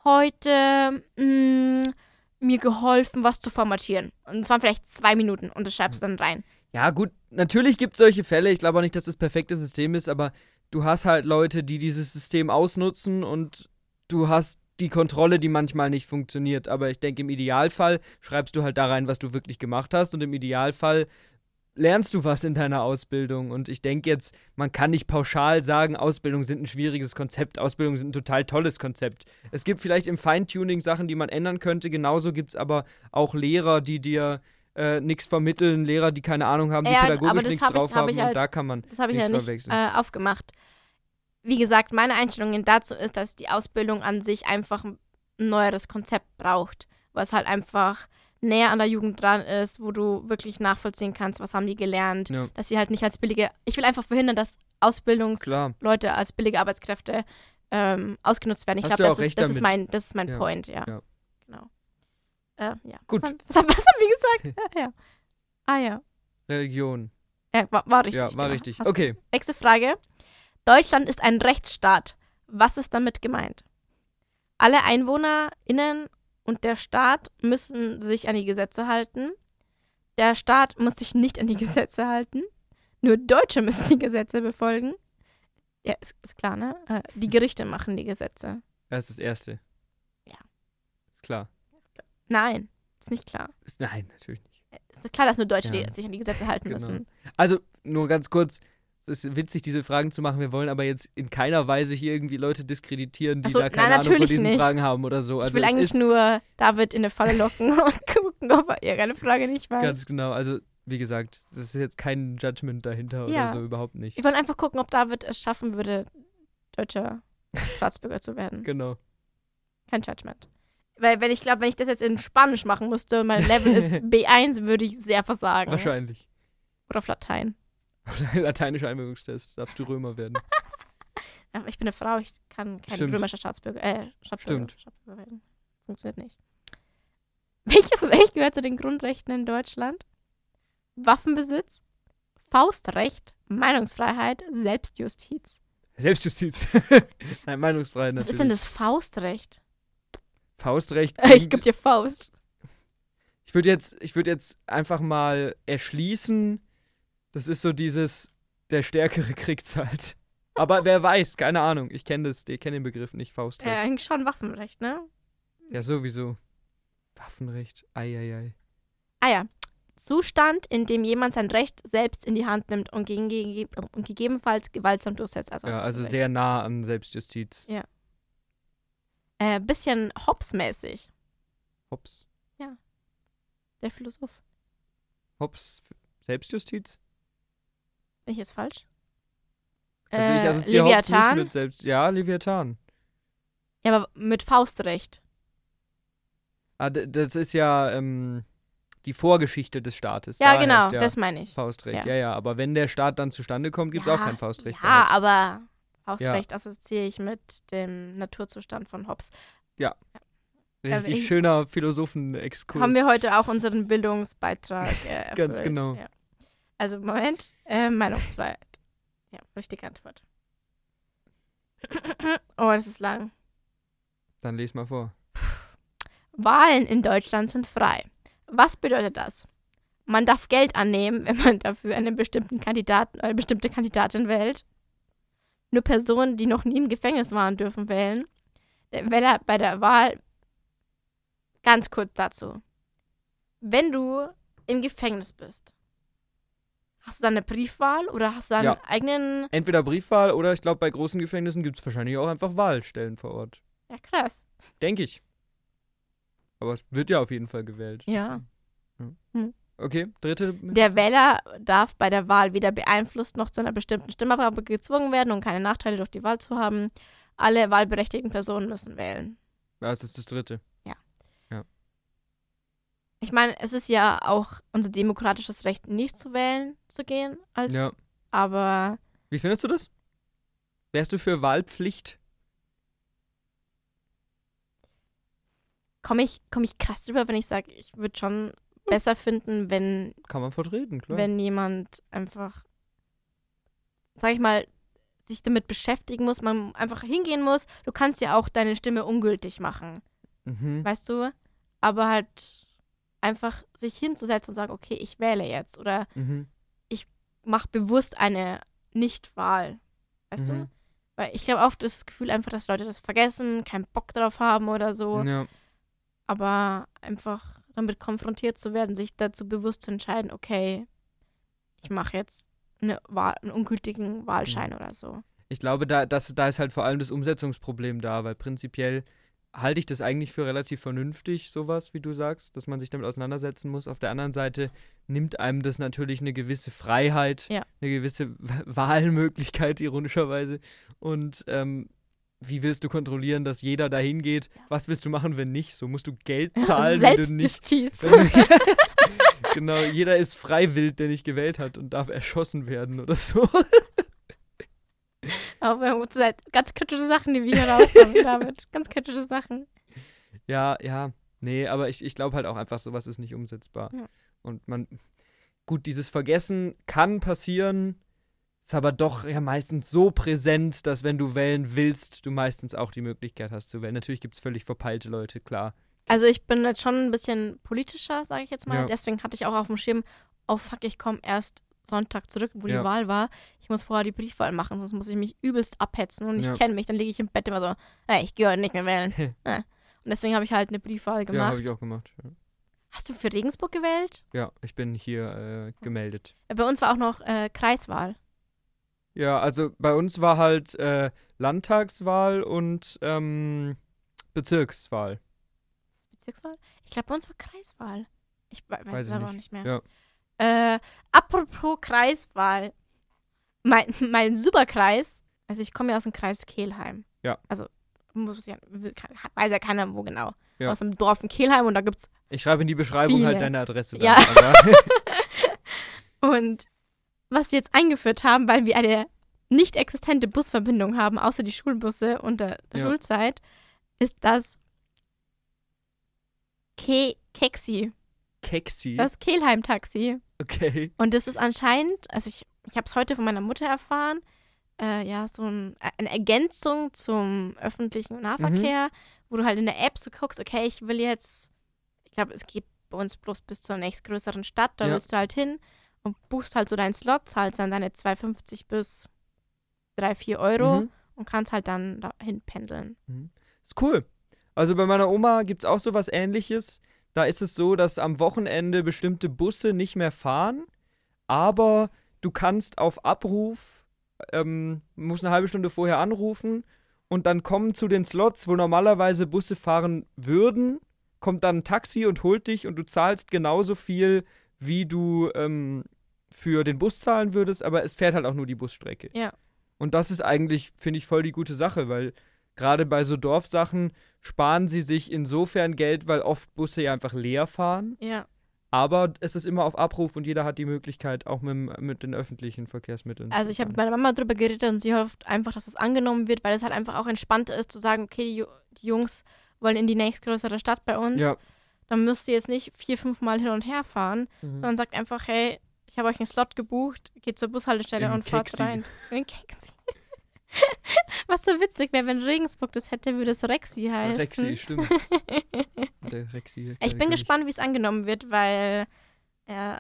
[SPEAKER 1] heute mh, mir geholfen, was zu formatieren. Und es waren vielleicht zwei Minuten und das schreibst du dann rein.
[SPEAKER 2] Ja, gut, natürlich gibt es solche Fälle. Ich glaube auch nicht, dass das perfekte System ist, aber du hast halt Leute, die dieses System ausnutzen und du hast die Kontrolle, die manchmal nicht funktioniert. Aber ich denke, im Idealfall schreibst du halt da rein, was du wirklich gemacht hast und im Idealfall lernst du was in deiner Ausbildung. Und ich denke jetzt, man kann nicht pauschal sagen, Ausbildungen sind ein schwieriges Konzept, Ausbildungen sind ein total tolles Konzept. Es gibt vielleicht im Feintuning Sachen, die man ändern könnte. Genauso gibt es aber auch Lehrer, die dir äh, nichts vermitteln, Lehrer, die keine Ahnung haben, die
[SPEAKER 1] Ja, aber
[SPEAKER 2] pädagogisch
[SPEAKER 1] das
[SPEAKER 2] nichts
[SPEAKER 1] hab ich-
[SPEAKER 2] drauf
[SPEAKER 1] hab
[SPEAKER 2] haben.
[SPEAKER 1] ich
[SPEAKER 2] und
[SPEAKER 1] als-
[SPEAKER 2] da kann man.
[SPEAKER 1] Das habe ich
[SPEAKER 2] Nichts
[SPEAKER 1] ja nicht
[SPEAKER 2] verwechseln.
[SPEAKER 1] äh, aufgemacht. Wie gesagt, meine Einstellung dazu ist, dass die Ausbildung an sich einfach ein neueres Konzept braucht, was halt einfach näher an der Jugend dran ist, wo du wirklich nachvollziehen kannst, was haben die gelernt,
[SPEAKER 2] Ja.
[SPEAKER 1] dass sie halt nicht als billige. Ich will einfach verhindern, dass Ausbildungs
[SPEAKER 2] Klar.
[SPEAKER 1] Leute als billige Arbeitskräfte ähm, ausgenutzt werden. Ich
[SPEAKER 2] Hast
[SPEAKER 1] glaube,
[SPEAKER 2] du
[SPEAKER 1] das,
[SPEAKER 2] auch
[SPEAKER 1] ist,
[SPEAKER 2] recht
[SPEAKER 1] das ist
[SPEAKER 2] damit.
[SPEAKER 1] mein, das ist mein
[SPEAKER 2] Ja.
[SPEAKER 1] Point, ja.
[SPEAKER 2] Ja.
[SPEAKER 1] Genau. Äh, ja.
[SPEAKER 2] Gut.
[SPEAKER 1] Was haben, was haben, was haben wir gesagt?
[SPEAKER 2] <laughs>
[SPEAKER 1] Äh, ja, ja. Ah ja.
[SPEAKER 2] Religion.
[SPEAKER 1] ja war, war richtig.
[SPEAKER 2] ja, war
[SPEAKER 1] genau.
[SPEAKER 2] richtig.
[SPEAKER 1] Hast du-
[SPEAKER 2] Okay.
[SPEAKER 1] Nächste Frage. Deutschland ist ein Rechtsstaat. Was ist damit gemeint? Alle EinwohnerInnen und der Staat müssen sich an die Gesetze halten. Der Staat muss sich nicht an die Gesetze halten. Nur Deutsche müssen die Gesetze befolgen. Ja, ist, ist klar, ne? Äh,
[SPEAKER 2] Hm.
[SPEAKER 1] die Gerichte machen die Gesetze.
[SPEAKER 2] Das ist das Erste.
[SPEAKER 1] Ja.
[SPEAKER 2] Ist klar.
[SPEAKER 1] Nein, ist nicht klar.
[SPEAKER 2] Ist, nein, natürlich nicht.
[SPEAKER 1] Ist klar, dass nur Deutsche
[SPEAKER 2] Ja.
[SPEAKER 1] die, sich an die Gesetze halten
[SPEAKER 2] Genau.
[SPEAKER 1] müssen.
[SPEAKER 2] Also, nur ganz kurz. Es ist witzig, diese Fragen zu machen. Wir wollen aber jetzt in keiner Weise hier irgendwie Leute diskreditieren, die
[SPEAKER 1] Ach so,
[SPEAKER 2] da keine
[SPEAKER 1] nein,
[SPEAKER 2] Ahnung von
[SPEAKER 1] natürlich
[SPEAKER 2] diesen
[SPEAKER 1] nicht.
[SPEAKER 2] Fragen haben oder so. Also
[SPEAKER 1] ich will
[SPEAKER 2] es
[SPEAKER 1] eigentlich
[SPEAKER 2] ist
[SPEAKER 1] nur David in eine Falle locken <laughs> und gucken, ob er irgendeine Frage nicht weiß.
[SPEAKER 2] ganz genau. Also, wie gesagt, das ist jetzt kein Judgment dahinter
[SPEAKER 1] Ja.
[SPEAKER 2] oder so, überhaupt nicht.
[SPEAKER 1] Wir wollen einfach gucken, ob David es schaffen würde, deutscher Staatsbürger zu werden.
[SPEAKER 2] Genau.
[SPEAKER 1] Kein Judgment. Weil wenn ich glaube, wenn ich das jetzt in Spanisch machen müsste, mein Level ist
[SPEAKER 2] <laughs>
[SPEAKER 1] B1, würde ich sehr versagen.
[SPEAKER 2] Wahrscheinlich. <laughs>
[SPEAKER 1] Oder auf Latein.
[SPEAKER 2] Lateinischer Einbildungstest. Darfst du
[SPEAKER 1] <laughs>
[SPEAKER 2] Römer werden.
[SPEAKER 1] Aber ich bin eine Frau, ich kann kein
[SPEAKER 2] Stimmt.
[SPEAKER 1] römischer Staatsbürger, äh, Staatsbürger,
[SPEAKER 2] Stimmt.
[SPEAKER 1] Staatsbürger werden. Funktioniert nicht. <laughs> Welches Recht gehört zu den Grundrechten in Deutschland? Waffenbesitz, Faustrecht, Meinungsfreiheit, Selbstjustiz.
[SPEAKER 2] Selbstjustiz. <laughs> nein, Meinungsfreiheit natürlich.
[SPEAKER 1] Was ist denn das Faustrecht?
[SPEAKER 2] Faustrecht.
[SPEAKER 1] <laughs> Ich
[SPEAKER 2] klingt-
[SPEAKER 1] geb dir Faust.
[SPEAKER 2] Ich würde jetzt, ich würde jetzt einfach mal erschließen, das ist so dieses, der Stärkere <laughs> kriegt's halt. Aber wer weiß, keine Ahnung. Ich kenne das, ich kenne den Begriff nicht,
[SPEAKER 1] Äh,
[SPEAKER 2] Faustrecht.
[SPEAKER 1] eigentlich schon Waffenrecht, ne?
[SPEAKER 2] Ja, sowieso. Waffenrecht, eieiei.
[SPEAKER 1] Ah ja. Zustand, in dem jemand sein Recht selbst in die Hand nimmt und, gegen, gege- und gegebenenfalls gewaltsam durchsetzt. Also,
[SPEAKER 2] Ja, also
[SPEAKER 1] Recht.
[SPEAKER 2] sehr nah an Selbstjustiz.
[SPEAKER 1] Äh, bisschen Hobbes-mäßig,
[SPEAKER 2] Hops,
[SPEAKER 1] der Philosoph.
[SPEAKER 2] hops, Selbstjustiz?
[SPEAKER 1] Bin ich jetzt falsch?
[SPEAKER 2] Also ich
[SPEAKER 1] Äh,
[SPEAKER 2] assoziiere Hobbes nicht
[SPEAKER 1] Leviathan?
[SPEAKER 2] mit Selbst... Ja, Leviathan.
[SPEAKER 1] Ja, aber mit Faustrecht.
[SPEAKER 2] Ah, d- das ist ja, ähm, die Vorgeschichte des Staates.
[SPEAKER 1] Ja,
[SPEAKER 2] da
[SPEAKER 1] genau,
[SPEAKER 2] herrscht ja
[SPEAKER 1] das meine ich.
[SPEAKER 2] Faustrecht.
[SPEAKER 1] Ja.
[SPEAKER 2] Ja. ja, aber wenn der Staat dann zustande kommt, gibt es
[SPEAKER 1] ja,
[SPEAKER 2] auch kein Faustrecht.
[SPEAKER 1] Ja,
[SPEAKER 2] mehr.
[SPEAKER 1] aber Faustrecht assoziiere ich mit dem Naturzustand von Hobbes. da-
[SPEAKER 2] Richtig
[SPEAKER 1] ich-
[SPEAKER 2] schöner Philosophen-Exkurs.
[SPEAKER 1] Haben wir heute auch unseren Bildungsbeitrag äh, erfüllt.
[SPEAKER 2] <laughs> Ganz genau.
[SPEAKER 1] Ja. Also Moment, äh, Meinungsfreiheit. Ja, richtige Antwort. <clears throat> Oh, das ist lang.
[SPEAKER 2] dann les mal vor.
[SPEAKER 1] Wahlen in Deutschland sind frei. Was bedeutet das? Man darf Geld annehmen, <laughs> wenn man dafür einen bestimmten Kandidaten oder eine bestimmte Kandidatin wählt. Nur Personen, die noch nie im Gefängnis waren, dürfen wählen. Der Wähler bei der Wahl. Ganz kurz dazu. Wenn du im Gefängnis bist, hast du dann eine Briefwahl oder hast du dann
[SPEAKER 2] Ja.
[SPEAKER 1] einen eigenen.
[SPEAKER 2] Entweder Briefwahl oder ich glaube, bei großen Gefängnissen gibt es wahrscheinlich auch einfach Wahlstellen vor Ort.
[SPEAKER 1] Ja, krass.
[SPEAKER 2] Denke ich. Aber es wird ja auf jeden Fall gewählt.
[SPEAKER 1] Ja.
[SPEAKER 2] Okay, dritte.
[SPEAKER 1] Der Wähler darf bei der Wahl weder beeinflusst noch zu einer bestimmten Stimmabgabe gezwungen werden, um keine Nachteile durch die Wahl zu haben. Alle wahlberechtigten Personen müssen wählen.
[SPEAKER 2] Ja, es ist das dritte.
[SPEAKER 1] Ich meine, es ist ja auch unser demokratisches Recht, nicht zu wählen zu gehen. Als,
[SPEAKER 2] Ja.
[SPEAKER 1] Aber
[SPEAKER 2] Wie findest du das? Wärst du für Wahlpflicht?
[SPEAKER 1] komme ich, komm ich krass drüber, wenn ich sage, ich würde schon besser finden, wenn,
[SPEAKER 2] Kann man vertreten, Hm. klar.
[SPEAKER 1] wenn jemand einfach, sag ich mal, sich damit beschäftigen muss, man einfach hingehen muss. Du kannst ja auch deine Stimme ungültig machen.
[SPEAKER 2] mhm.
[SPEAKER 1] weißt du? Aber halt einfach sich hinzusetzen und sagen, okay, ich wähle jetzt oder
[SPEAKER 2] Mhm.
[SPEAKER 1] mach bewusst eine Nichtwahl, weißt du?
[SPEAKER 2] Mhm.
[SPEAKER 1] Weil ich glaube oft ist das Gefühl einfach, dass Leute das vergessen, keinen Bock drauf haben oder so.
[SPEAKER 2] mhm, Ja.
[SPEAKER 1] Aber einfach damit konfrontiert zu werden, sich dazu bewusst zu entscheiden, okay, ich mache jetzt eine Wahl, einen ungültigen Wahlschein
[SPEAKER 2] Mhm.
[SPEAKER 1] oder so.
[SPEAKER 2] Ich glaube, da, das, da ist halt vor allem das Umsetzungsproblem da, weil prinzipiell halte ich das eigentlich für relativ vernünftig, sowas, wie du sagst, dass man sich damit auseinandersetzen muss. Auf der anderen Seite nimmt einem das natürlich eine gewisse Freiheit,
[SPEAKER 1] Ja.
[SPEAKER 2] eine gewisse Wahlmöglichkeit, ironischerweise. Und ähm, wie willst du kontrollieren, dass jeder dahin geht? Was willst du machen, wenn nicht? So musst du Geld zahlen, wenn du nicht
[SPEAKER 1] Also Selbstjustiz.
[SPEAKER 2] <laughs> genau, jeder ist freiwillig, der nicht gewählt hat und darf erschossen werden oder so.
[SPEAKER 1] Aber zu- halt ganz kritische Sachen, die wir hier <laughs> raushaben, David. Ganz kritische Sachen.
[SPEAKER 2] Ja, ja. Nee, aber ich, ich glaube halt auch einfach, sowas ist nicht umsetzbar.
[SPEAKER 1] Ja.
[SPEAKER 2] Und man, gut, dieses Vergessen kann passieren, ist aber doch ja meistens so präsent, dass wenn du wählen willst, du meistens auch die Möglichkeit hast zu wählen. Natürlich gibt es völlig verpeilte Leute, klar.
[SPEAKER 1] Also ich bin jetzt schon ein bisschen politischer, sage ich jetzt mal.
[SPEAKER 2] Ja.
[SPEAKER 1] Deswegen hatte ich auch auf dem Schirm, oh fuck, ich komme erst Sonntag zurück, wo die
[SPEAKER 2] Ja.
[SPEAKER 1] Wahl war. Ich muss vorher die Briefwahl machen, sonst muss ich mich übelst abhetzen und
[SPEAKER 2] Ja.
[SPEAKER 1] ich kenne mich. Dann liege ich im Bett immer so, hey, ich geh heute nicht mehr
[SPEAKER 2] <laughs>
[SPEAKER 1] wählen. Äh. und deswegen habe ich halt eine Briefwahl
[SPEAKER 2] Ja,
[SPEAKER 1] gemacht.
[SPEAKER 2] habe ich auch gemacht. Ja,
[SPEAKER 1] Hast du für Regensburg gewählt?
[SPEAKER 2] ja ich bin hier äh, gemeldet.
[SPEAKER 1] Bei uns war auch noch äh, Kreiswahl.
[SPEAKER 2] Ja, also bei uns war halt äh, Landtagswahl und ähm, Bezirkswahl.
[SPEAKER 1] Bezirkswahl? Ich glaube, bei uns war Kreiswahl. Ich we- weiß,
[SPEAKER 2] Weiß
[SPEAKER 1] es
[SPEAKER 2] ich
[SPEAKER 1] aber
[SPEAKER 2] nicht.
[SPEAKER 1] auch nicht mehr.
[SPEAKER 2] Ja.
[SPEAKER 1] Äh, apropos Kreiswahl. Mein, <laughs> mein Superkreis, also ich komme ja aus dem Kreis Kehlheim.
[SPEAKER 2] Ja.
[SPEAKER 1] Also muss ja, weiß ja keiner wo genau.
[SPEAKER 2] Ja.
[SPEAKER 1] Aus dem Dorf in Kehlheim und da gibt's.
[SPEAKER 2] Ich schreibe in die Beschreibung
[SPEAKER 1] Viele.
[SPEAKER 2] halt deine Adresse.
[SPEAKER 1] Ja.
[SPEAKER 2] dann, aber- <laughs>
[SPEAKER 1] Und was sie jetzt eingeführt haben, weil wir eine nicht existente Busverbindung haben, außer die Schulbusse unter der
[SPEAKER 2] Ja.
[SPEAKER 1] Schulzeit, ist das Ke Kexi,
[SPEAKER 2] Kexi.
[SPEAKER 1] das Kehlheim-Taxi.
[SPEAKER 2] Okay.
[SPEAKER 1] Und das ist anscheinend, also ich, ich habe es heute von meiner Mutter erfahren, äh, ja, so ein, eine Ergänzung zum öffentlichen Nahverkehr,
[SPEAKER 2] Mhm.
[SPEAKER 1] wo du halt in der App so guckst, okay, ich will jetzt, ich glaube, es geht bei uns bloß bis zur nächstgrößeren Stadt, da
[SPEAKER 2] Ja.
[SPEAKER 1] willst du halt hin und buchst halt so deinen Slot, zahlst dann deine 2,50 bis 3, 4 Euro
[SPEAKER 2] Mhm.
[SPEAKER 1] und kannst halt dann dahin pendeln.
[SPEAKER 2] Ist cool. Also bei meiner Oma gibt es auch sowas ähnliches. Da ist es so, dass am Wochenende bestimmte Busse nicht mehr fahren, aber du kannst auf Abruf, ähm, musst eine halbe Stunde vorher anrufen und dann kommen zu den Slots, wo normalerweise Busse fahren würden, kommt dann ein Taxi und holt dich und du zahlst genauso viel, wie du ähm, für den Bus zahlen würdest, aber es fährt halt auch nur die Busstrecke.
[SPEAKER 1] Ja.
[SPEAKER 2] Und das ist eigentlich, finde ich, voll die gute Sache, weil gerade bei so Dorfsachen sparen sie sich insofern Geld, weil oft Busse ja einfach leer fahren
[SPEAKER 1] Ja.
[SPEAKER 2] Aber es ist immer auf Abruf und jeder hat die Möglichkeit, auch mit, dem- mit den öffentlichen Verkehrsmitteln. zu
[SPEAKER 1] Also ich habe mit
[SPEAKER 2] fahren.
[SPEAKER 1] meiner Mama drüber geredet und sie hofft einfach, dass es angenommen wird, weil es halt einfach auch entspannter ist zu sagen, okay, die, Ju- die Jungs wollen in die nächstgrößere Stadt bei uns.
[SPEAKER 2] Ja.
[SPEAKER 1] Dann müsst ihr jetzt nicht vier, fünf Mal hin und her fahren,
[SPEAKER 2] Mhm.
[SPEAKER 1] sondern sagt einfach, hey, ich habe euch einen Slot gebucht, geht zur Bushaltestelle
[SPEAKER 2] In
[SPEAKER 1] und fahrt
[SPEAKER 2] Keksi.
[SPEAKER 1] rein. In Keksi. <laughs> Was so witzig wäre, wenn Regensburg das hätte, würde es Rexi heißen.
[SPEAKER 2] Rexi, stimmt. Der Rexi. Genau. der
[SPEAKER 1] Ich bin
[SPEAKER 2] König.
[SPEAKER 1] gespannt, wie es angenommen wird, weil äh,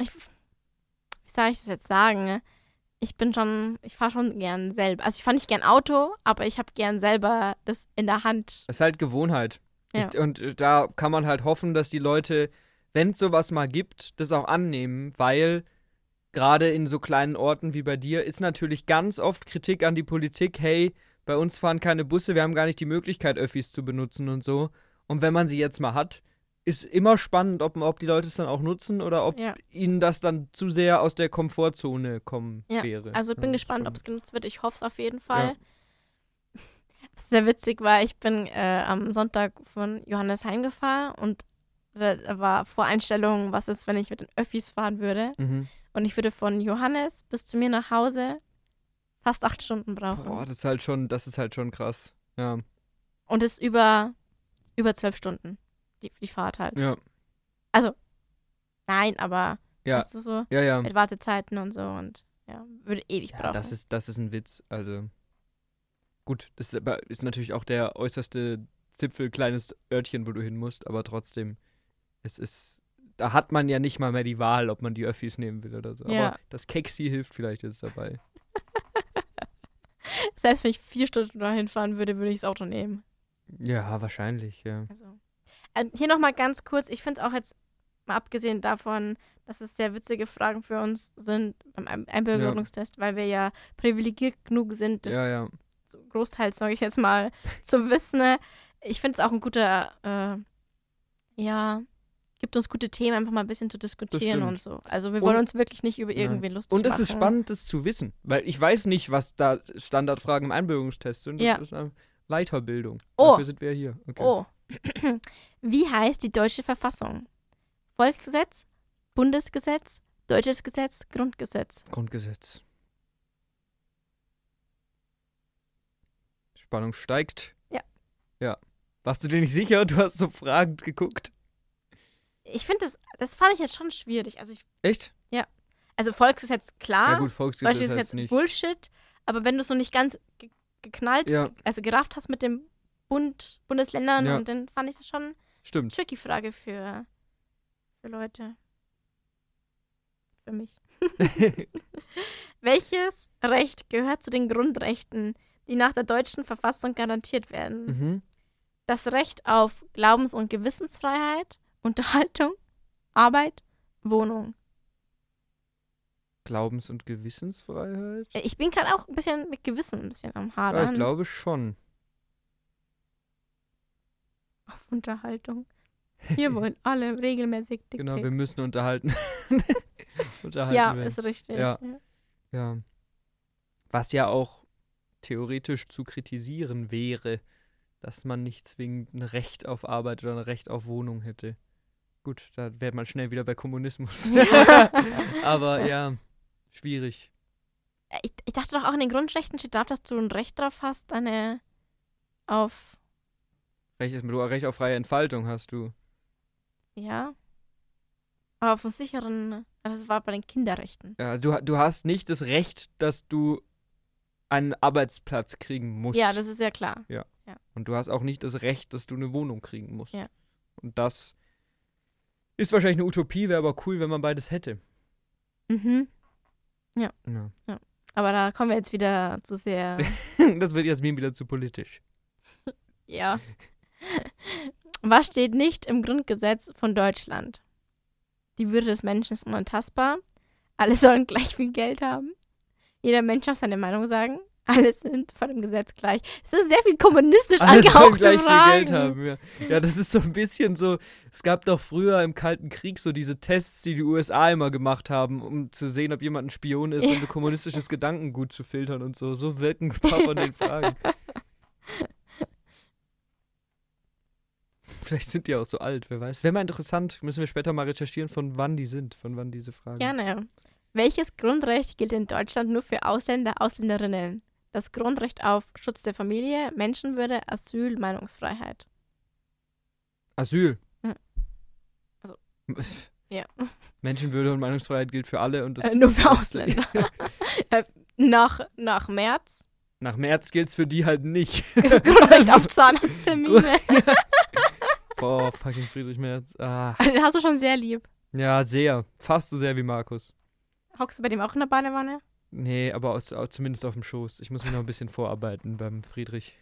[SPEAKER 1] ich, wie soll ich das jetzt sagen? ne? Ich bin schon, ich fahre schon gern selber. Also ich fahre nicht gern Auto, aber ich habe gern selber das in der Hand.
[SPEAKER 2] Es ist halt Gewohnheit.
[SPEAKER 1] Ja.
[SPEAKER 2] Ich, und äh, da kann man halt hoffen, dass die Leute, wenn es sowas mal gibt, das auch annehmen, weil gerade in so kleinen Orten wie bei dir ist natürlich ganz oft Kritik an die Politik, hey, bei uns fahren keine Busse, wir haben gar nicht die Möglichkeit, Öffis zu benutzen und so. Und wenn man sie jetzt mal hat, ist immer spannend, ob, ob die Leute es dann auch nutzen oder ob
[SPEAKER 1] Ja.
[SPEAKER 2] ihnen das dann zu sehr aus der Komfortzone kommen
[SPEAKER 1] Ja,
[SPEAKER 2] wäre.
[SPEAKER 1] Also ich bin
[SPEAKER 2] Ja,
[SPEAKER 1] gespannt, ob
[SPEAKER 2] spannend.
[SPEAKER 1] es genutzt wird. Ich hoffe es auf jeden Fall. <laughs> Was sehr witzig war, ich bin äh, am Sonntag von Johannes heimgefahren und da da war Voreinstellung, was ist, wenn ich mit den Öffis fahren würde.
[SPEAKER 2] Mhm.
[SPEAKER 1] Und ich würde von Johannes bis zu mir nach Hause fast acht Stunden brauchen.
[SPEAKER 2] Boah, das ist halt schon, das ist halt schon krass. Ja.
[SPEAKER 1] Und es ist über, über zwölf Stunden, die, die Fahrt halt. Also,
[SPEAKER 2] Ja.
[SPEAKER 1] Nein, aber
[SPEAKER 2] Ja.
[SPEAKER 1] weißt du so,
[SPEAKER 2] Ja, ja.
[SPEAKER 1] mit Wartezeiten und so und ja, würde ewig
[SPEAKER 2] Ja,
[SPEAKER 1] brauchen.
[SPEAKER 2] das ist, das ist ein Witz. Also gut, das ist aber- ist natürlich auch der äußerste Zipfel, kleines Örtchen, wo du hin musst, aber trotzdem, es ist, da hat man ja nicht mal mehr die Wahl, ob man die Öffis nehmen will oder so.
[SPEAKER 1] Ja.
[SPEAKER 2] Aber das Keksi hilft vielleicht jetzt dabei.
[SPEAKER 1] Selbst wenn ich vier Stunden dahin fahren würde, würde ich das Auto nehmen.
[SPEAKER 2] Ja, wahrscheinlich, ja.
[SPEAKER 1] Also. Ähm, hier nochmal ganz kurz, ich finde es auch jetzt, mal abgesehen davon, dass es sehr witzige Fragen für uns sind beim Ein- Einbürgerungstest, weil wir ja privilegiert genug sind, das
[SPEAKER 2] ja, ja.
[SPEAKER 1] so großteils, sage ich jetzt mal, zu wissen. ne? Ich finde es auch ein guter, äh, ja, gibt uns gute Themen, einfach mal ein bisschen zu diskutieren
[SPEAKER 2] stimmt.
[SPEAKER 1] und so. Also wir
[SPEAKER 2] Und-
[SPEAKER 1] wollen uns wirklich nicht über
[SPEAKER 2] Nein.
[SPEAKER 1] irgendwen lustig
[SPEAKER 2] Und es
[SPEAKER 1] machen.
[SPEAKER 2] ist spannend, das zu wissen, weil ich weiß nicht, was da Standardfragen im Einbürgerungstest sind. Das
[SPEAKER 1] Ja.
[SPEAKER 2] ist eine Leiterbildung.
[SPEAKER 1] Oh.
[SPEAKER 2] Dafür sind wir hier. Okay.
[SPEAKER 1] Oh. <clears throat> Wie heißt die deutsche Verfassung? Volksgesetz, Bundesgesetz, deutsches Gesetz, Grundgesetz.
[SPEAKER 2] Grundgesetz. Spannung steigt.
[SPEAKER 1] Ja.
[SPEAKER 2] Ja. Warst du dir nicht sicher? Du hast so fragend geguckt.
[SPEAKER 1] Ich finde das, das fand ich jetzt schon schwierig. Also, ich,
[SPEAKER 2] Echt?
[SPEAKER 1] also Volksgesetz klar,
[SPEAKER 2] ja gut, Volksgesetz
[SPEAKER 1] Beispiel
[SPEAKER 2] ist
[SPEAKER 1] ist
[SPEAKER 2] jetzt
[SPEAKER 1] jetzt
[SPEAKER 2] nicht.
[SPEAKER 1] Bullshit, aber wenn du es noch nicht ganz ge geknallt,
[SPEAKER 2] Ja.
[SPEAKER 1] also gerafft hast mit dem Bund, Bundesländern
[SPEAKER 2] Ja.
[SPEAKER 1] und dann fand ich das schon eine <laughs>
[SPEAKER 2] Stimmt.
[SPEAKER 1] tricky Frage für, für Leute. Für mich. Welches Recht gehört zu den Grundrechten, die nach der deutschen Verfassung garantiert werden?
[SPEAKER 2] mhm.
[SPEAKER 1] Das Recht auf Glaubens- und Gewissensfreiheit, Unterhaltung, Arbeit, Wohnung.
[SPEAKER 2] Glaubens- und Gewissensfreiheit?
[SPEAKER 1] Äh, Ich bin gerade auch ein bisschen mit Gewissen ein bisschen am
[SPEAKER 2] Ja,
[SPEAKER 1] Hadern.
[SPEAKER 2] ich glaube schon.
[SPEAKER 1] auf Unterhaltung. Hier
[SPEAKER 2] <laughs>
[SPEAKER 1] wollen alle regelmäßig Dickpics.
[SPEAKER 2] Genau, wir müssen unterhalten. <laughs>
[SPEAKER 1] <laughs>
[SPEAKER 2] unterhalten
[SPEAKER 1] Ja,
[SPEAKER 2] werden.
[SPEAKER 1] ist richtig.
[SPEAKER 2] Ja.
[SPEAKER 1] Ja.
[SPEAKER 2] <laughs>
[SPEAKER 1] <laughs>
[SPEAKER 2] Ja. Was ja auch theoretisch zu kritisieren wäre, dass man nicht zwingend ein Recht auf Arbeit oder ein Recht auf Wohnung hätte. Gut, da wäre man schnell wieder bei Kommunismus. <laughs> Aber ja, schwierig.
[SPEAKER 1] Äh, Ich, ich dachte doch auch in den Grundrechten steht drauf, dass du ein Recht drauf hast, deine auf
[SPEAKER 2] Recht, du, Recht auf freie Entfaltung hast du.
[SPEAKER 1] ja, aber auf einen sicheren. Das war bei den Kinderrechten.
[SPEAKER 2] Ja, du. ha- Du hast nicht das Recht, dass du einen Arbeitsplatz kriegen musst.
[SPEAKER 1] Ja, das ist ja klar.
[SPEAKER 2] Und du hast auch nicht das Recht, dass du eine Wohnung kriegen musst.
[SPEAKER 1] Ja.
[SPEAKER 2] Und das ist wahrscheinlich eine Utopie, wäre aber cool, wenn man beides hätte.
[SPEAKER 1] Mhm.
[SPEAKER 2] Ja.
[SPEAKER 1] Aber da kommen wir jetzt wieder zu sehr.
[SPEAKER 2] <laughs> Das wird Jasmin wieder zu
[SPEAKER 1] <laughs>
[SPEAKER 2] politisch.
[SPEAKER 1] ja. Was steht nicht im Grundgesetz von Deutschland? Die Würde des Menschen ist unantastbar. Alle sollen <laughs> gleich viel Geld haben. Jeder Mensch darf seine Meinung sagen. Alle sind vor dem Gesetz gleich. Es ist sehr viel kommunistisch
[SPEAKER 2] Alle sollen
[SPEAKER 1] angehauchte
[SPEAKER 2] gleich
[SPEAKER 1] Fragen.
[SPEAKER 2] viel Geld haben. Ja. ja, das ist so ein bisschen so. Es gab doch früher im Kalten Krieg so diese Tests, die die USA immer gemacht haben, um zu sehen, ob jemand ein Spion ist und ein kommunistisches Gedankengut zu filtern und so. So wirken
[SPEAKER 1] <laughs>
[SPEAKER 2] ein paar von den Fragen. Vielleicht sind die auch so alt, wer weiß. Wäre mal interessant, müssen wir später mal recherchieren, von wann die sind, von wann diese Fragen.
[SPEAKER 1] Gerne. Welches Grundrecht gilt in Deutschland nur für Ausländer, Ausländerinnen? Das Grundrecht auf Schutz der Familie, Menschenwürde, Asyl, Meinungsfreiheit.
[SPEAKER 2] Asyl.
[SPEAKER 1] Hm.
[SPEAKER 2] <laughs>
[SPEAKER 1] Also. Ja.
[SPEAKER 2] Menschenwürde und Meinungsfreiheit gilt für alle und das
[SPEAKER 1] Äh, nur für Ausländer. <laughs> Äh, nach, nach März.
[SPEAKER 2] Nach März gilt es für die halt nicht.
[SPEAKER 1] <laughs> Das Grundrecht
[SPEAKER 2] Also,
[SPEAKER 1] auf Zahnarzttermine. <laughs>
[SPEAKER 2] Boah, Oh, fucking Friedrich Merz. Ah.
[SPEAKER 1] Den Also, hast du schon sehr lieb.
[SPEAKER 2] Ja, sehr. Fast so sehr wie Markus.
[SPEAKER 1] Hockst du bei dem auch in der Badewanne?
[SPEAKER 2] Nee, aber aus, au- zumindest auf dem Schoß. Ich muss mich noch ein bisschen vorarbeiten beim Friedrich.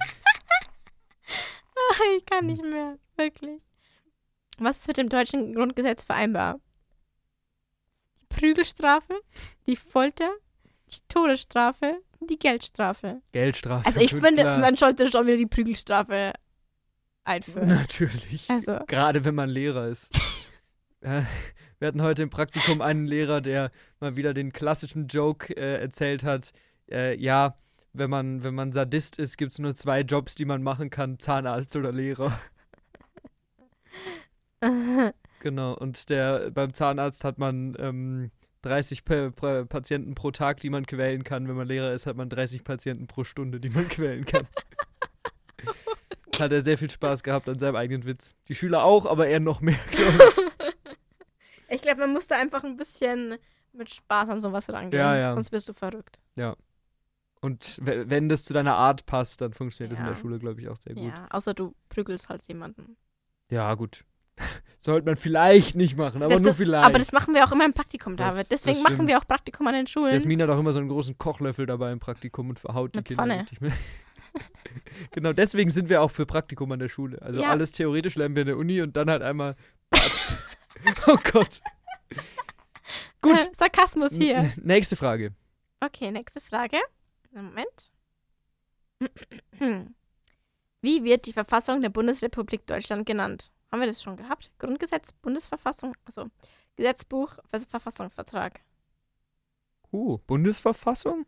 [SPEAKER 1] Ah, Ich kann nicht mehr, wirklich. Was ist mit dem deutschen Grundgesetz vereinbar? Die Prügelstrafe, die Folter, die Todesstrafe, die Geldstrafe.
[SPEAKER 2] Geldstrafe.
[SPEAKER 1] Also ich
[SPEAKER 2] gut,
[SPEAKER 1] finde,
[SPEAKER 2] klar.
[SPEAKER 1] man sollte schon wieder die Prügelstrafe
[SPEAKER 2] <laughs>
[SPEAKER 1] einführen.
[SPEAKER 2] <laughs> Natürlich.
[SPEAKER 1] <laughs> Also,
[SPEAKER 2] Gerade wenn man Lehrer ist. Äh, Wir hatten heute im Praktikum einen Lehrer, der mal wieder den klassischen Joke äh, erzählt hat. Äh, ja, wenn man, wenn man Sadist ist, gibt es nur zwei Jobs, die man machen kann: Zahnarzt oder Lehrer. Genau. Und der beim Zahnarzt hat man ähm, 30 pa pa Patienten pro Tag, die man quälen kann. Wenn man Lehrer ist, hat man 30 Patienten pro Stunde, die man quälen kann. hat er sehr viel Spaß gehabt an seinem eigenen Witz. Die Schüler auch, aber er noch mehr. glaub ich.
[SPEAKER 1] ich glaube, man muss da einfach ein bisschen mit Spaß an sowas rangehen.
[SPEAKER 2] Ja, ja.
[SPEAKER 1] Sonst wirst du verrückt.
[SPEAKER 2] Und we- wenn das zu deiner Art passt, dann funktioniert das in
[SPEAKER 1] Ja.
[SPEAKER 2] der Schule, glaube ich, auch sehr gut. Ja,
[SPEAKER 1] Ja, außer du prügelst halt jemanden.
[SPEAKER 2] gut. <laughs> Sollte man vielleicht nicht machen, aber
[SPEAKER 1] Das-
[SPEAKER 2] nur
[SPEAKER 1] das-
[SPEAKER 2] vielleicht.
[SPEAKER 1] Aber das machen wir auch immer im Praktikum,
[SPEAKER 2] Das-
[SPEAKER 1] David.
[SPEAKER 2] das
[SPEAKER 1] Deswegen machen
[SPEAKER 2] stimmt.
[SPEAKER 1] wir auch Praktikum an den Schulen.
[SPEAKER 2] Jasmin hat auch immer so einen großen Kochlöffel dabei im Praktikum und verhaut die
[SPEAKER 1] Mit
[SPEAKER 2] Kinder
[SPEAKER 1] Pfanne.
[SPEAKER 2] richtig mit. <laughs> genau, deswegen sind wir auch für Praktikum an der Schule. Also
[SPEAKER 1] Ja.
[SPEAKER 2] alles theoretisch lernen wir in der Uni und dann halt einmal. Batz.
[SPEAKER 1] <laughs>
[SPEAKER 2] oh Gott.
[SPEAKER 1] <laughs>
[SPEAKER 2] Gut.
[SPEAKER 1] Äh, Sarkasmus hier.
[SPEAKER 2] N- Nächste Frage.
[SPEAKER 1] Okay, nächste Frage. Einen Moment. <clears throat> Wie wird die Verfassung der Bundesrepublik Deutschland genannt? Haben wir das schon gehabt? Grundgesetz, Bundesverfassung, also Gesetzbuch, Ver- Verfassungsvertrag.
[SPEAKER 2] Uh, Bundesverfassung?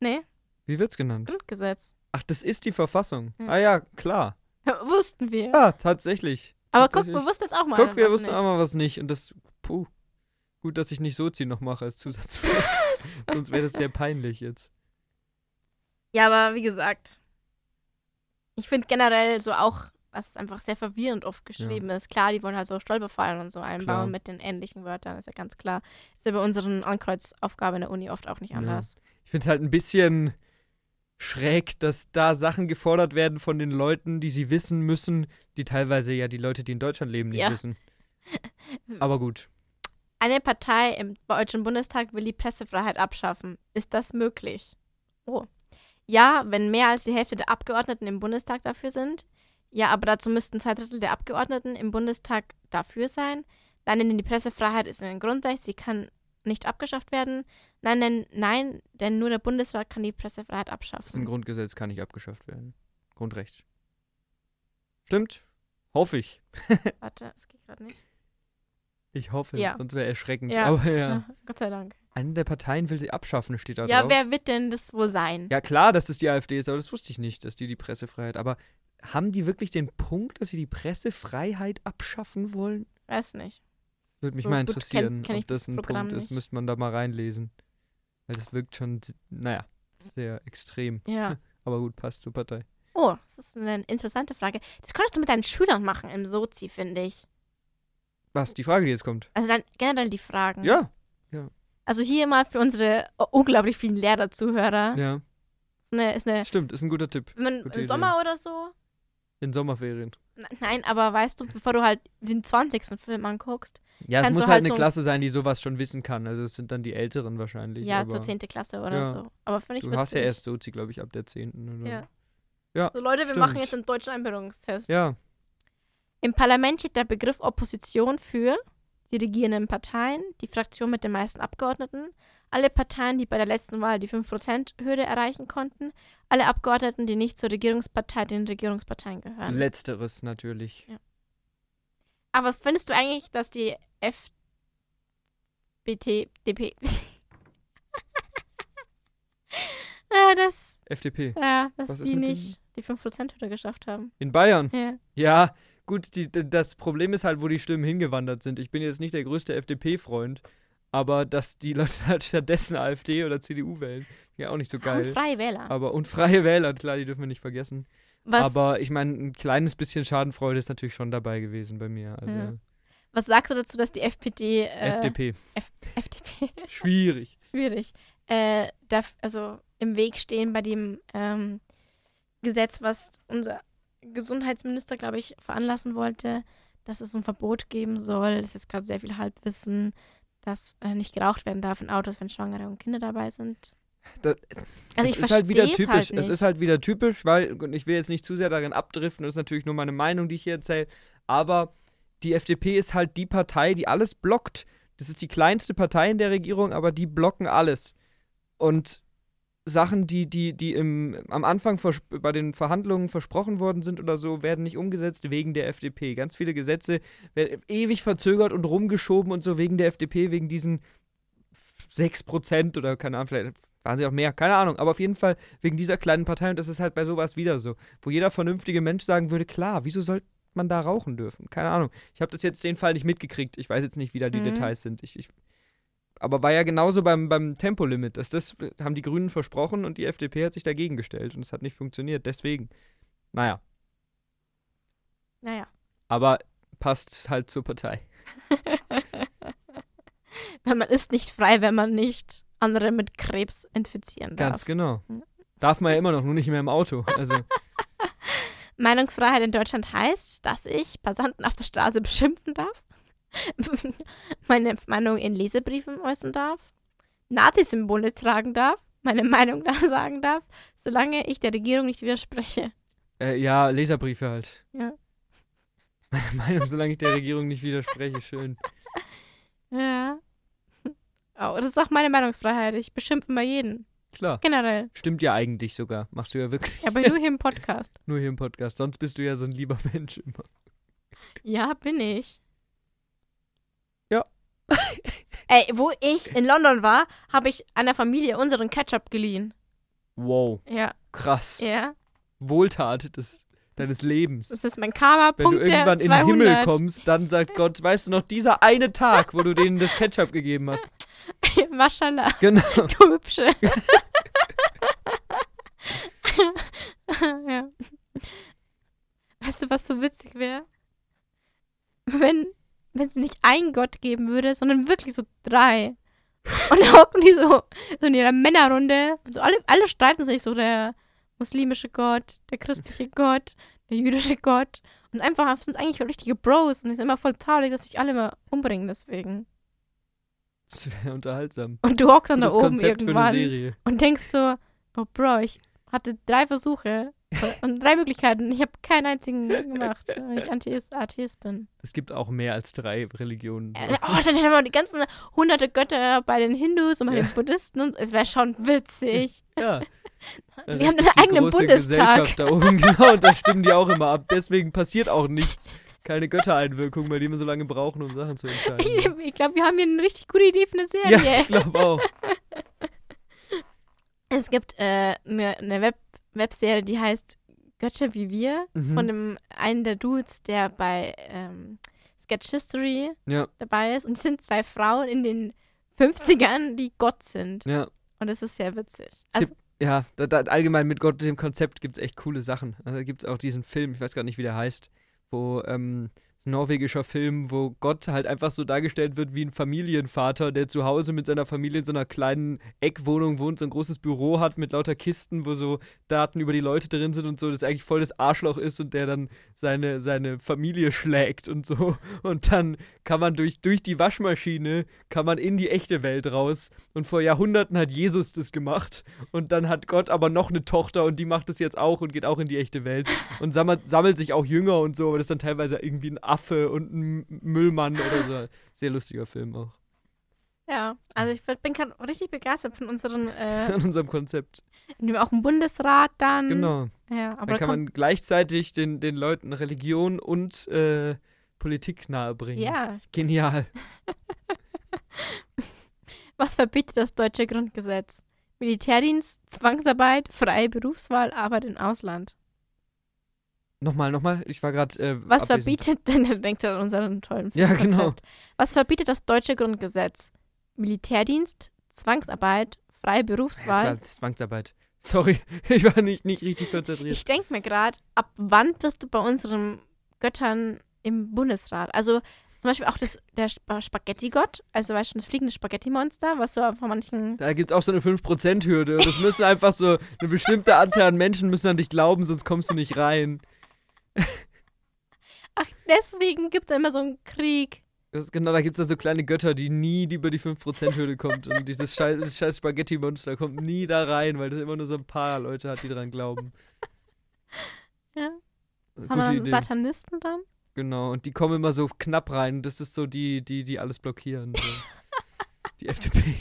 [SPEAKER 1] Nee,
[SPEAKER 2] Wie wird's genannt?
[SPEAKER 1] Grundgesetz. <laughs>
[SPEAKER 2] Ach, das ist die Verfassung.
[SPEAKER 1] Hm. Ja.
[SPEAKER 2] Ah ja, klar.
[SPEAKER 1] Wussten wir.
[SPEAKER 2] Ja, tatsächlich.
[SPEAKER 1] Aber guck, wir
[SPEAKER 2] tatsächlich.
[SPEAKER 1] wussten jetzt auch mal.
[SPEAKER 2] Guck, wir
[SPEAKER 1] was
[SPEAKER 2] wussten
[SPEAKER 1] nicht.
[SPEAKER 2] auch mal was nicht. Und das, puh. Gut, dass ich nicht Sozi noch mache als
[SPEAKER 1] <laughs>
[SPEAKER 2] Zusatzfrage. Sonst wäre das sehr peinlich jetzt.
[SPEAKER 1] Ja, aber wie gesagt, ich finde generell so auch, dass es einfach sehr verwirrend oft geschrieben ist. Klar, die wollen halt so Stolperfallen und so einbauen
[SPEAKER 2] Klar.
[SPEAKER 1] mit den ähnlichen Wörtern, ist ja ganz klar. Ist ja bei unseren Ankreuzaufgaben in der Uni oft auch nicht
[SPEAKER 2] Ja.
[SPEAKER 1] anders.
[SPEAKER 2] Ich finde es halt ein bisschen schräg, dass da Sachen gefordert werden von den Leuten, die sie wissen müssen, die teilweise ja die Leute, die in Deutschland leben, nicht
[SPEAKER 1] Ja.
[SPEAKER 2] wissen. Aber gut.
[SPEAKER 1] Eine Partei im Deutschen Bundestag will die Pressefreiheit abschaffen. Ist das möglich? Oh. Ja, wenn mehr als die Hälfte der Abgeordneten im Bundestag dafür sind. Ja, aber dazu müssten zwei Drittel der Abgeordneten im Bundestag dafür sein. Nein, denn die Pressefreiheit ist ein Grundrecht, sie kann nicht abgeschafft werden. Nein, denn, nein, denn nur der Bundesrat kann die Pressefreiheit
[SPEAKER 2] Das ist ein
[SPEAKER 1] abschaffen.
[SPEAKER 2] Grundgesetz, kann nicht abgeschafft werden. Grundrecht. Stimmt? Hoffe ich.
[SPEAKER 1] Warte, es geht gerade nicht.
[SPEAKER 2] Ich hoffe.
[SPEAKER 1] Ja.
[SPEAKER 2] Sonst wäre erschreckend.
[SPEAKER 1] Ja.
[SPEAKER 2] Aber ja.
[SPEAKER 1] <laughs> Gott sei Dank.
[SPEAKER 2] Eine der Parteien will sie abschaffen, steht da
[SPEAKER 1] Ja,
[SPEAKER 2] drauf.
[SPEAKER 1] wer wird denn das wohl sein?
[SPEAKER 2] Ja, klar, dass es die AfD ist, aber das wusste ich nicht, dass die die Pressefreiheit. Aber haben die wirklich den Punkt, dass sie die Pressefreiheit abschaffen wollen?
[SPEAKER 1] Weiß nicht.
[SPEAKER 2] Würde mich
[SPEAKER 1] So
[SPEAKER 2] mal
[SPEAKER 1] gut
[SPEAKER 2] interessieren,
[SPEAKER 1] kenn- kenn ich
[SPEAKER 2] ob das
[SPEAKER 1] das
[SPEAKER 2] ein
[SPEAKER 1] Programm
[SPEAKER 2] Punkt ist.
[SPEAKER 1] nicht.
[SPEAKER 2] Müsste man da mal reinlesen. Weil das wirkt schon, s- naja, sehr extrem.
[SPEAKER 1] Ja.
[SPEAKER 2] Aber gut, passt zur Partei.
[SPEAKER 1] Oh, das ist eine interessante Frage. Das könntest du mit deinen Schülern machen im Sozi, finde ich.
[SPEAKER 2] Was? Die Frage, die jetzt kommt.
[SPEAKER 1] Also dann generell die Fragen.
[SPEAKER 2] Ja,
[SPEAKER 1] Also hier mal für unsere unglaublich vielen Lehrer-Zuhörer.
[SPEAKER 2] ja,
[SPEAKER 1] Ist eine, ist eine,
[SPEAKER 2] stimmt, ist ein guter Tipp.
[SPEAKER 1] wenn man
[SPEAKER 2] Gute
[SPEAKER 1] im
[SPEAKER 2] Idee.
[SPEAKER 1] Sommer oder so.
[SPEAKER 2] In Sommerferien.
[SPEAKER 1] N- Nein, aber weißt du, bevor du halt den 20. Film anguckst,
[SPEAKER 2] Ja, es
[SPEAKER 1] Kannst du
[SPEAKER 2] muss halt
[SPEAKER 1] halt
[SPEAKER 2] eine
[SPEAKER 1] so ein-
[SPEAKER 2] Klasse sein, die sowas schon wissen kann. Also es sind dann die Älteren wahrscheinlich.
[SPEAKER 1] ja,
[SPEAKER 2] aber
[SPEAKER 1] zur 10. Klasse oder
[SPEAKER 2] Ja.
[SPEAKER 1] so. Aber finde ich
[SPEAKER 2] Du hast ja
[SPEAKER 1] witzig.
[SPEAKER 2] erst Sozi, glaube ich, ab der 10. Oder?
[SPEAKER 1] Ja.
[SPEAKER 2] Ja,
[SPEAKER 1] So, Leute, wir
[SPEAKER 2] stimmt.
[SPEAKER 1] machen jetzt einen deutschen Einbürgerungstest.
[SPEAKER 2] ja,
[SPEAKER 1] Im Parlament steht der Begriff Opposition für die regierenden Parteien, die Fraktion mit den meisten Abgeordneten, alle Parteien, die bei der letzten Wahl die 5%-Hürde erreichen konnten, alle Abgeordneten, die nicht zur Regierungspartei, den Regierungsparteien gehören.
[SPEAKER 2] letzteres natürlich.
[SPEAKER 1] Aber findest du eigentlich, dass die FBT, <laughs> DP, äh, das,
[SPEAKER 2] FDP.
[SPEAKER 1] äh, dass
[SPEAKER 2] Was ist
[SPEAKER 1] die
[SPEAKER 2] mit dem-
[SPEAKER 1] nicht die 5%-Hürde geschafft haben.
[SPEAKER 2] In Bayern.
[SPEAKER 1] Ja.
[SPEAKER 2] Ja, gut, die, d- das Problem ist halt, wo die Stimmen hingewandert sind. Ich bin jetzt nicht der größte FDP-Freund, aber dass die Leute <laughs> halt stattdessen AfD oder CDU wählen, ja auch nicht so
[SPEAKER 1] Und
[SPEAKER 2] geil.
[SPEAKER 1] Freie Wähler.
[SPEAKER 2] Aber und freie Wähler, klar, die dürfen wir nicht vergessen.
[SPEAKER 1] Was,
[SPEAKER 2] Aber ich meine, ein kleines bisschen Schadenfreude ist natürlich schon dabei gewesen bei mir. Also
[SPEAKER 1] Ja. was sagst du dazu, dass die FPD. Hm, Äh,
[SPEAKER 2] FDP,
[SPEAKER 1] FDP.
[SPEAKER 2] schwierig.
[SPEAKER 1] Schwierig. Äh, darf, also im Weg stehen bei dem ähm, Gesetz, was unser Gesundheitsminister, glaube ich, veranlassen wollte, dass es ein Verbot geben soll. Es ist gerade sehr viel Halbwissen, dass äh, nicht geraucht werden darf in Autos, wenn Schwangere und Kinder dabei sind.
[SPEAKER 2] Da-
[SPEAKER 1] also
[SPEAKER 2] es
[SPEAKER 1] ich
[SPEAKER 2] ist halt wieder
[SPEAKER 1] versteh's
[SPEAKER 2] typisch.
[SPEAKER 1] Halt nicht.
[SPEAKER 2] es ist halt wieder typisch, weil und ich will jetzt nicht zu sehr darin abdriften. Das ist natürlich nur meine Meinung, die ich hier erzähle. Aber die FDP ist halt die Partei, die alles blockt. Das ist die kleinste Partei in der Regierung, aber die blocken alles. Und Sachen, die die die im, am Anfang vers- bei den Verhandlungen versprochen worden sind oder so, werden nicht umgesetzt wegen der FDP. Ganz viele Gesetze werden ewig verzögert und rumgeschoben und so wegen der FDP, wegen diesen 6% oder keine Ahnung, vielleicht waren sie auch mehr, keine Ahnung, aber auf jeden Fall wegen dieser kleinen Partei und das ist halt bei sowas wieder so, wo jeder vernünftige Mensch sagen würde, klar, wieso sollte man da rauchen dürfen? Keine Ahnung. Ich habe das jetzt den Fall nicht mitgekriegt. Ich weiß jetzt nicht, wie da die
[SPEAKER 1] Mhm.
[SPEAKER 2] Details sind. Ich, ich, aber war ja genauso beim, beim Tempolimit. Das, das haben die Grünen versprochen und die FDP hat sich dagegen gestellt und es hat nicht funktioniert. Deswegen, naja,
[SPEAKER 1] naja. <laughs>
[SPEAKER 2] aber passt halt zur Partei.
[SPEAKER 1] Weil man ist nicht frei, wenn man nicht andere mit Krebs infizieren darf.
[SPEAKER 2] Ganz genau.
[SPEAKER 1] Ja.
[SPEAKER 2] Darf man ja immer noch, nur nicht mehr im Auto. Also.
[SPEAKER 1] Meinungsfreiheit in Deutschland heißt, dass ich Passanten auf der Straße beschimpfen darf, <laughs> meine Meinung in Lesebriefen äußern darf, Nazi-Symbole tragen darf, meine Meinung da <laughs> sagen darf, solange ich der Regierung nicht widerspreche.
[SPEAKER 2] Äh, ja, Leserbriefe halt.
[SPEAKER 1] Ja.
[SPEAKER 2] <laughs> Meine Meinung, solange ich der Regierung nicht widerspreche, schön.
[SPEAKER 1] Ja. <laughs> Oh, das ist auch meine Meinungsfreiheit. Ich beschimpfe immer jeden.
[SPEAKER 2] Klar.
[SPEAKER 1] Generell.
[SPEAKER 2] Stimmt ja eigentlich sogar. Machst du ja wirklich <laughs>
[SPEAKER 1] Ja, aber nur hier im Podcast.
[SPEAKER 2] nur hier im Podcast. Sonst bist du ja so ein lieber Mensch immer.
[SPEAKER 1] Ja, bin ich.
[SPEAKER 2] Ja.
[SPEAKER 1] <laughs> Ey, wo ich in London war, habe ich einer Familie unseren Ketchup geliehen.
[SPEAKER 2] Wow,
[SPEAKER 1] Ja,
[SPEAKER 2] krass.
[SPEAKER 1] ja.
[SPEAKER 2] Wohltat des, deines Lebens.
[SPEAKER 1] Das ist mein Karma.
[SPEAKER 2] Wenn du
[SPEAKER 1] Punkt
[SPEAKER 2] irgendwann
[SPEAKER 1] der
[SPEAKER 2] in den
[SPEAKER 1] 200. <laughs>
[SPEAKER 2] Himmel kommst, dann sagt Gott, weißt du noch, dieser eine Tag, wo du denen das Ketchup
[SPEAKER 1] <laughs>
[SPEAKER 2] gegeben hast.
[SPEAKER 1] Maschallah,
[SPEAKER 2] Genau.
[SPEAKER 1] du
[SPEAKER 2] <laughs>
[SPEAKER 1] Hübsche. <laughs> ja. Weißt du, was so witzig wäre? Wenn wenn es nicht einen Gott geben würde, sondern wirklich so drei. Und dann hocken die so, so in ihrer Männerrunde. Und so alle, alle streiten sich so, der muslimische Gott, der christliche Gott, der jüdische Gott. Und einfach sind es eigentlich richtige Bros. Und die sind immer voll traurig, dass sich alle mal umbringen deswegen.
[SPEAKER 2] Das wäre unterhaltsam.
[SPEAKER 1] Und du hockst dann da
[SPEAKER 2] Gutes
[SPEAKER 1] oben
[SPEAKER 2] Konzept
[SPEAKER 1] irgendwann
[SPEAKER 2] für eine Serie.
[SPEAKER 1] und denkst so, oh Bro, ich hatte drei Versuche und drei Möglichkeiten. Ich habe keinen einzigen gemacht, weil ich Antheist, Atheist bin.
[SPEAKER 2] Es gibt auch mehr als drei Religionen.
[SPEAKER 1] Äh, Oh, dann hätten wir die ganzen hunderte Götter bei den Hindus und bei
[SPEAKER 2] Ja.
[SPEAKER 1] den Buddhisten und es wäre schon witzig.
[SPEAKER 2] <laughs> Ja.
[SPEAKER 1] Die haben einen eigenen Bundestag.
[SPEAKER 2] Gesellschaft da oben, <laughs> genau, und da stimmen die auch immer ab. Deswegen passiert auch nichts. Keine Göttereinwirkung, bei denen wir so lange brauchen,
[SPEAKER 1] <laughs>
[SPEAKER 2] um Sachen zu
[SPEAKER 1] Ich,
[SPEAKER 2] entscheiden.
[SPEAKER 1] ich glaube, wir haben hier eine richtig gute Idee für eine Serie.
[SPEAKER 2] Ja, ich glaube auch.
[SPEAKER 1] Es gibt äh, eine eine Web Webserie, die heißt Götter wie wir
[SPEAKER 2] Mhm.
[SPEAKER 1] von dem einen der Dudes, der bei ähm, Sketch History
[SPEAKER 2] Ja.
[SPEAKER 1] dabei ist. Und es sind zwei Frauen in den 50ern, die Gott sind.
[SPEAKER 2] Ja,
[SPEAKER 1] Und das ist sehr witzig.
[SPEAKER 2] Es
[SPEAKER 1] Also,
[SPEAKER 2] ja da, da, allgemein mit Gott, dem Konzept gibt es echt coole Sachen. Also, da gibt es auch diesen Film, ich weiß gar nicht, wie der heißt, wo ähm, ein norwegischer Film, wo Gott halt einfach so dargestellt wird wie ein Familienvater, der zu Hause mit seiner Familie in so einer kleinen Eckwohnung wohnt, so ein großes Büro hat mit lauter Kisten, wo so Daten über die Leute drin sind und so, das eigentlich voll das Arschloch ist und der dann seine, seine Familie schlägt und so. Und dann kann man durch, durch die Waschmaschine, kann man in die echte Welt raus. Und vor Jahrhunderten hat Jesus das gemacht. Und dann hat Gott aber noch eine Tochter und die macht das jetzt auch und geht auch in die
[SPEAKER 1] <laughs>
[SPEAKER 2] echte Welt. Und sammelt, sammelt sich auch Jünger und so, aber das ist dann teilweise irgendwie ein Affe und ein Müllmann oder so. Sehr lustiger Film auch.
[SPEAKER 1] ja, also ich bin gerade richtig begeistert von unseren, äh,
[SPEAKER 2] <laughs> An unserem Konzept.
[SPEAKER 1] wir haben auch einen Bundesrat dann.
[SPEAKER 2] Genau.
[SPEAKER 1] Ja, Mhm. aber
[SPEAKER 2] Dann kann
[SPEAKER 1] kommt,
[SPEAKER 2] man gleichzeitig den, den Leuten Religion und äh, Politik nahebringen.
[SPEAKER 1] ja,
[SPEAKER 2] Genial.
[SPEAKER 1] was verbietet das deutsche Grundgesetz? Militärdienst, Zwangsarbeit, freie Berufswahl, Arbeit im Ausland.
[SPEAKER 2] Nochmal, nochmal. Ich war gerade. Äh,
[SPEAKER 1] Was
[SPEAKER 2] abwesend.
[SPEAKER 1] verbietet <laughs> denn, dann denkt ihr an unseren tollen
[SPEAKER 2] Ja,
[SPEAKER 1] Konzept.
[SPEAKER 2] genau.
[SPEAKER 1] Was verbietet das deutsche Grundgesetz? Militärdienst, Zwangsarbeit, freie
[SPEAKER 2] Ja,
[SPEAKER 1] Berufswahl.
[SPEAKER 2] klar, Zwangsarbeit. <laughs> Sorry, ich war nicht, nicht richtig konzentriert.
[SPEAKER 1] ich denke mir gerade, ab wann bist du bei unseren Göttern im Bundesrat? Also zum Beispiel auch das, der Sp äh, Spaghetti-Gott, also weißt du, das fliegende Spaghetti-Monster, was so von manchen.
[SPEAKER 2] Da gibt es auch so eine 5%-Hürde. Und es müssen einfach so eine bestimmte Anzahl an Menschen müssen an dich glauben, sonst kommst du nicht rein.
[SPEAKER 1] Ach, deswegen gibt es immer so einen Krieg.
[SPEAKER 2] Das, ist genau, da gibt es so kleine Götter, die nie die über die 5%-Hürde kommt. Und dieses scheiß, das scheiß Spaghetti-Monster kommt nie da rein, weil das immer nur so ein paar Leute hat, die dran glauben.
[SPEAKER 1] <laughs>
[SPEAKER 2] Äh,
[SPEAKER 1] Ja. Haben wir
[SPEAKER 2] Gute
[SPEAKER 1] dann
[SPEAKER 2] Idee.
[SPEAKER 1] Satanisten dann? <laughs>
[SPEAKER 2] Genau, und die kommen immer so knapp rein. Das ist so die, die, die alles blockieren.
[SPEAKER 1] <laughs>
[SPEAKER 2] So. die FDP.